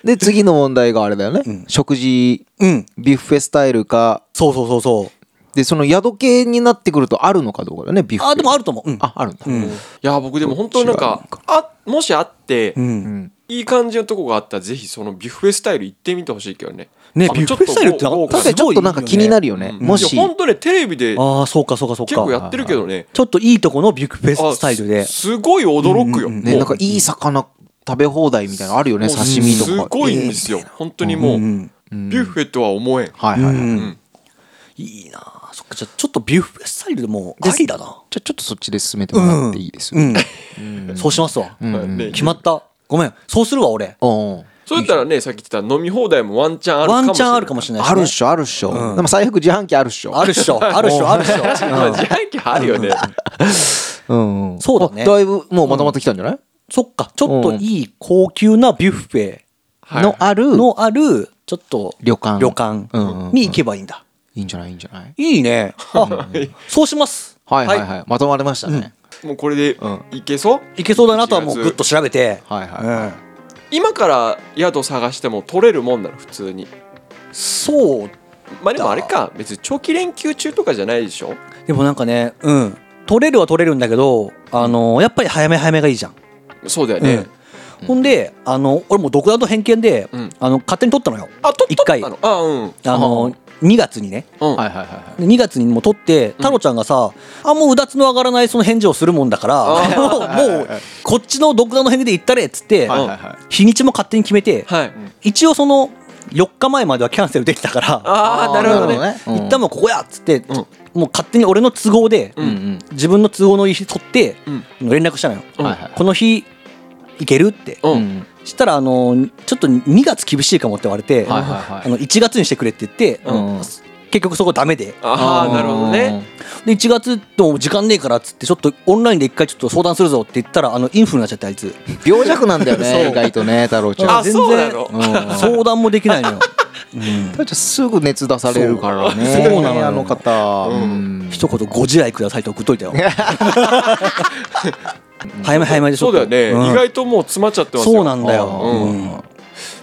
[SPEAKER 2] で次の問題があれだよね、
[SPEAKER 3] ん
[SPEAKER 2] 食事
[SPEAKER 3] うん。
[SPEAKER 2] ビュッフェスタイルか
[SPEAKER 3] そうそうそうそう。
[SPEAKER 2] でその宿系になってくるとあるのかどうかだよねビュッフェ
[SPEAKER 3] あ、でもあると思う。うん。
[SPEAKER 2] ああるんだ、
[SPEAKER 3] うん。
[SPEAKER 4] いや僕でも本当になんかあもしあって
[SPEAKER 3] うん。
[SPEAKER 4] いい感じのとこがあったらぜひそのビュッフェスタイル行ってみてほしいけどね
[SPEAKER 3] ね
[SPEAKER 4] あの
[SPEAKER 3] ビュッフェスタイルってなんか
[SPEAKER 4] ちょと豪
[SPEAKER 2] 確
[SPEAKER 4] 華
[SPEAKER 2] かにちょっとなんか気になるよね
[SPEAKER 4] うん
[SPEAKER 2] もし
[SPEAKER 4] いや本当ねテレビで
[SPEAKER 3] ああ、そうかそうかそうか。
[SPEAKER 4] 結構やってるけどね
[SPEAKER 3] ちょっといいとこのビュッフェスタイル
[SPEAKER 4] あ。
[SPEAKER 3] です
[SPEAKER 4] すごい驚くよ、
[SPEAKER 3] うんうんうん
[SPEAKER 2] ね
[SPEAKER 4] もう
[SPEAKER 2] なんかいい魚食べ放題みたいなのあるよね
[SPEAKER 4] もう
[SPEAKER 2] 刺身とか
[SPEAKER 4] すごいんですよ、本当にもう、
[SPEAKER 3] ん
[SPEAKER 4] ビュッフェとは思えん
[SPEAKER 2] はいはいはい、
[SPEAKER 3] うん
[SPEAKER 2] じ
[SPEAKER 3] いいなあそっか、じゃあちょっとビュッフェスタイルでもうありだな。
[SPEAKER 2] ゃあちょっとそっちで進めてもらっていいですよ、
[SPEAKER 3] うん。そうしますわ。
[SPEAKER 4] うんね
[SPEAKER 3] 決まった。ごめん。そうするわ、俺。
[SPEAKER 2] おう
[SPEAKER 4] そうやったらねさっき言ってた飲み放題もワンチャンあるか
[SPEAKER 3] ワ
[SPEAKER 4] もしれない
[SPEAKER 3] ンチャンあるかもしれないしね
[SPEAKER 2] あるっしょあるっしょ、
[SPEAKER 3] うん
[SPEAKER 2] でも最悪自販機あるっしょ
[SPEAKER 3] あるっしょ。あるっしょ。あるっしょ。
[SPEAKER 4] まあ
[SPEAKER 3] うん
[SPEAKER 4] 自販機あるよね、
[SPEAKER 2] うんうん
[SPEAKER 3] そうだね
[SPEAKER 2] あだいぶもうまとまってきたんじゃない、
[SPEAKER 3] そっか、ちょっといい高級なビュッフェ
[SPEAKER 4] はい
[SPEAKER 2] のある
[SPEAKER 3] のある、ちょっと
[SPEAKER 2] 旅館
[SPEAKER 3] 旅館
[SPEAKER 2] うんうんうん
[SPEAKER 3] に行けばいいんだ。
[SPEAKER 2] いいんじゃないいいんじゃない
[SPEAKER 3] いいね。あ、そうします。
[SPEAKER 2] はいはいはい、まとまりましたね、
[SPEAKER 4] もうこれでいけそう、
[SPEAKER 3] いけそうだなとはもうグッと調べて。
[SPEAKER 2] はいはいはい、
[SPEAKER 4] 今から宿探しても取れるもんなの普通に
[SPEAKER 3] そう
[SPEAKER 4] まあでもあれか別に長期連休中とかじゃないでしょ
[SPEAKER 3] でもなんかね、うん、取れるは取れるんだけど、あのやっぱり早め早めがいいじゃん。
[SPEAKER 4] そうだよね、
[SPEAKER 3] うんほんで、あの俺もう独断と偏見で、
[SPEAKER 4] うん
[SPEAKER 3] あの勝手に取ったのよ。
[SPEAKER 4] あ取っ
[SPEAKER 3] 一回
[SPEAKER 4] たのあうん
[SPEAKER 3] あの2月にね。
[SPEAKER 4] うん、
[SPEAKER 2] はいはいはいはい
[SPEAKER 3] で2月にもう取って太郎ちゃんがさ、あもううだつの上がらないその返事をするもんだからもうもうこっちの独断の辺で行ったれっつって、
[SPEAKER 2] はいはいはい
[SPEAKER 3] 日にちも勝手に決めて、
[SPEAKER 4] はい、
[SPEAKER 3] 一応その4日前まではキャンセルできたから
[SPEAKER 4] ああなるほどね
[SPEAKER 2] うん
[SPEAKER 3] 一旦もうここやっつって、
[SPEAKER 4] ん
[SPEAKER 3] もう勝手に俺の都合で、
[SPEAKER 4] うん
[SPEAKER 2] うん
[SPEAKER 3] 自分の都合のいい日取って、
[SPEAKER 4] うん
[SPEAKER 3] 連絡したのよ、
[SPEAKER 4] うん
[SPEAKER 2] はいはい
[SPEAKER 3] この日行けるって
[SPEAKER 4] うん、
[SPEAKER 2] うん
[SPEAKER 3] したらあのちょっと2月厳しいかもって言われて、
[SPEAKER 2] はいはいはい
[SPEAKER 3] あの1月にしてくれって言って、
[SPEAKER 2] うん
[SPEAKER 3] 結局そこダメで
[SPEAKER 4] ああなるほどね
[SPEAKER 3] で1月と時間ねえからっつってちょっとオンラインで一回ちょっと相談するぞって言ったらあのインフルになっちゃってあいつ
[SPEAKER 2] 病弱なん だよ
[SPEAKER 3] そう
[SPEAKER 2] ね意外とね太郎ちゃん
[SPEAKER 4] あそうなの
[SPEAKER 2] うん
[SPEAKER 3] 相談もできない のよ、
[SPEAKER 2] 太郎ちゃんすぐ熱出されるからね
[SPEAKER 3] そうそうなのよ
[SPEAKER 2] あの方うん
[SPEAKER 3] 一言ご自愛くださいって送っといた よ早め早めでし
[SPEAKER 4] そ
[SPEAKER 3] ょ
[SPEAKER 4] うだよね、
[SPEAKER 3] ん
[SPEAKER 4] 意外ともう詰まっちゃってますよ
[SPEAKER 3] そうなんだよ、
[SPEAKER 4] うん
[SPEAKER 3] うん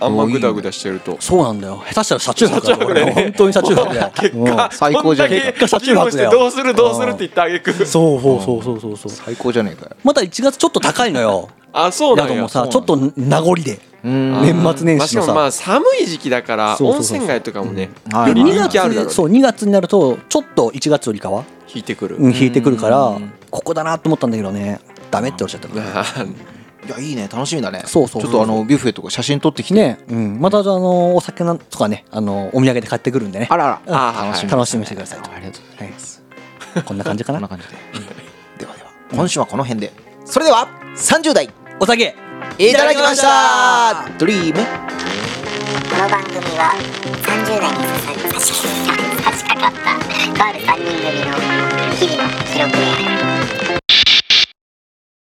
[SPEAKER 4] あんまグダグダしてると
[SPEAKER 3] そうなんだよ下手したら車中泊だよ
[SPEAKER 4] 車中泊だよね
[SPEAKER 3] 俺本当に車中泊だよ
[SPEAKER 4] 結
[SPEAKER 3] うん
[SPEAKER 4] 果
[SPEAKER 2] 最高じゃん
[SPEAKER 4] こんだけ
[SPEAKER 3] 結果
[SPEAKER 4] 議論してどうするどうするって言ってあげく
[SPEAKER 3] そうそうそうそうそうそう
[SPEAKER 2] 最高じゃねえかよ
[SPEAKER 3] また1月ちょっと高いのよ
[SPEAKER 4] あそうなん
[SPEAKER 3] 宿
[SPEAKER 4] や
[SPEAKER 3] もさちょっと名残で
[SPEAKER 2] うん
[SPEAKER 4] あー
[SPEAKER 3] 年末年始のさ
[SPEAKER 4] まあしかもまあ寒い時期だから
[SPEAKER 3] そうそ
[SPEAKER 4] 温
[SPEAKER 3] うそう
[SPEAKER 4] 泉街とかもね
[SPEAKER 2] うんはい
[SPEAKER 4] より
[SPEAKER 3] 2
[SPEAKER 4] 人気あるだろ
[SPEAKER 3] 月
[SPEAKER 4] うね
[SPEAKER 3] そう2月になるとちょっと1月よりかは
[SPEAKER 4] 引いてくる
[SPEAKER 3] うん引いてくるからここだなと思ったんだけどねダメっておっしゃってた
[SPEAKER 4] あー
[SPEAKER 2] いやいいね楽しみだね
[SPEAKER 3] そうそう
[SPEAKER 2] ちょっとあのビュッフェとか写真撮ってきて
[SPEAKER 3] ね、うん、またあのお酒なんとかねあのお土産で買ってくるんでね
[SPEAKER 2] あらあら
[SPEAKER 4] あ
[SPEAKER 3] 楽
[SPEAKER 4] ー
[SPEAKER 3] しみ
[SPEAKER 4] は
[SPEAKER 3] 楽しみにしてくださいと
[SPEAKER 2] ありがとうございます
[SPEAKER 3] こんな感じか
[SPEAKER 2] こんな
[SPEAKER 3] な
[SPEAKER 2] 感じでではでは今週はこの辺でそれでは30代
[SPEAKER 3] お酒
[SPEAKER 2] いただきましたドリー
[SPEAKER 1] こ
[SPEAKER 2] ム
[SPEAKER 1] の番組は30代にささ差し差し掛かったとある3人組の日々の記録である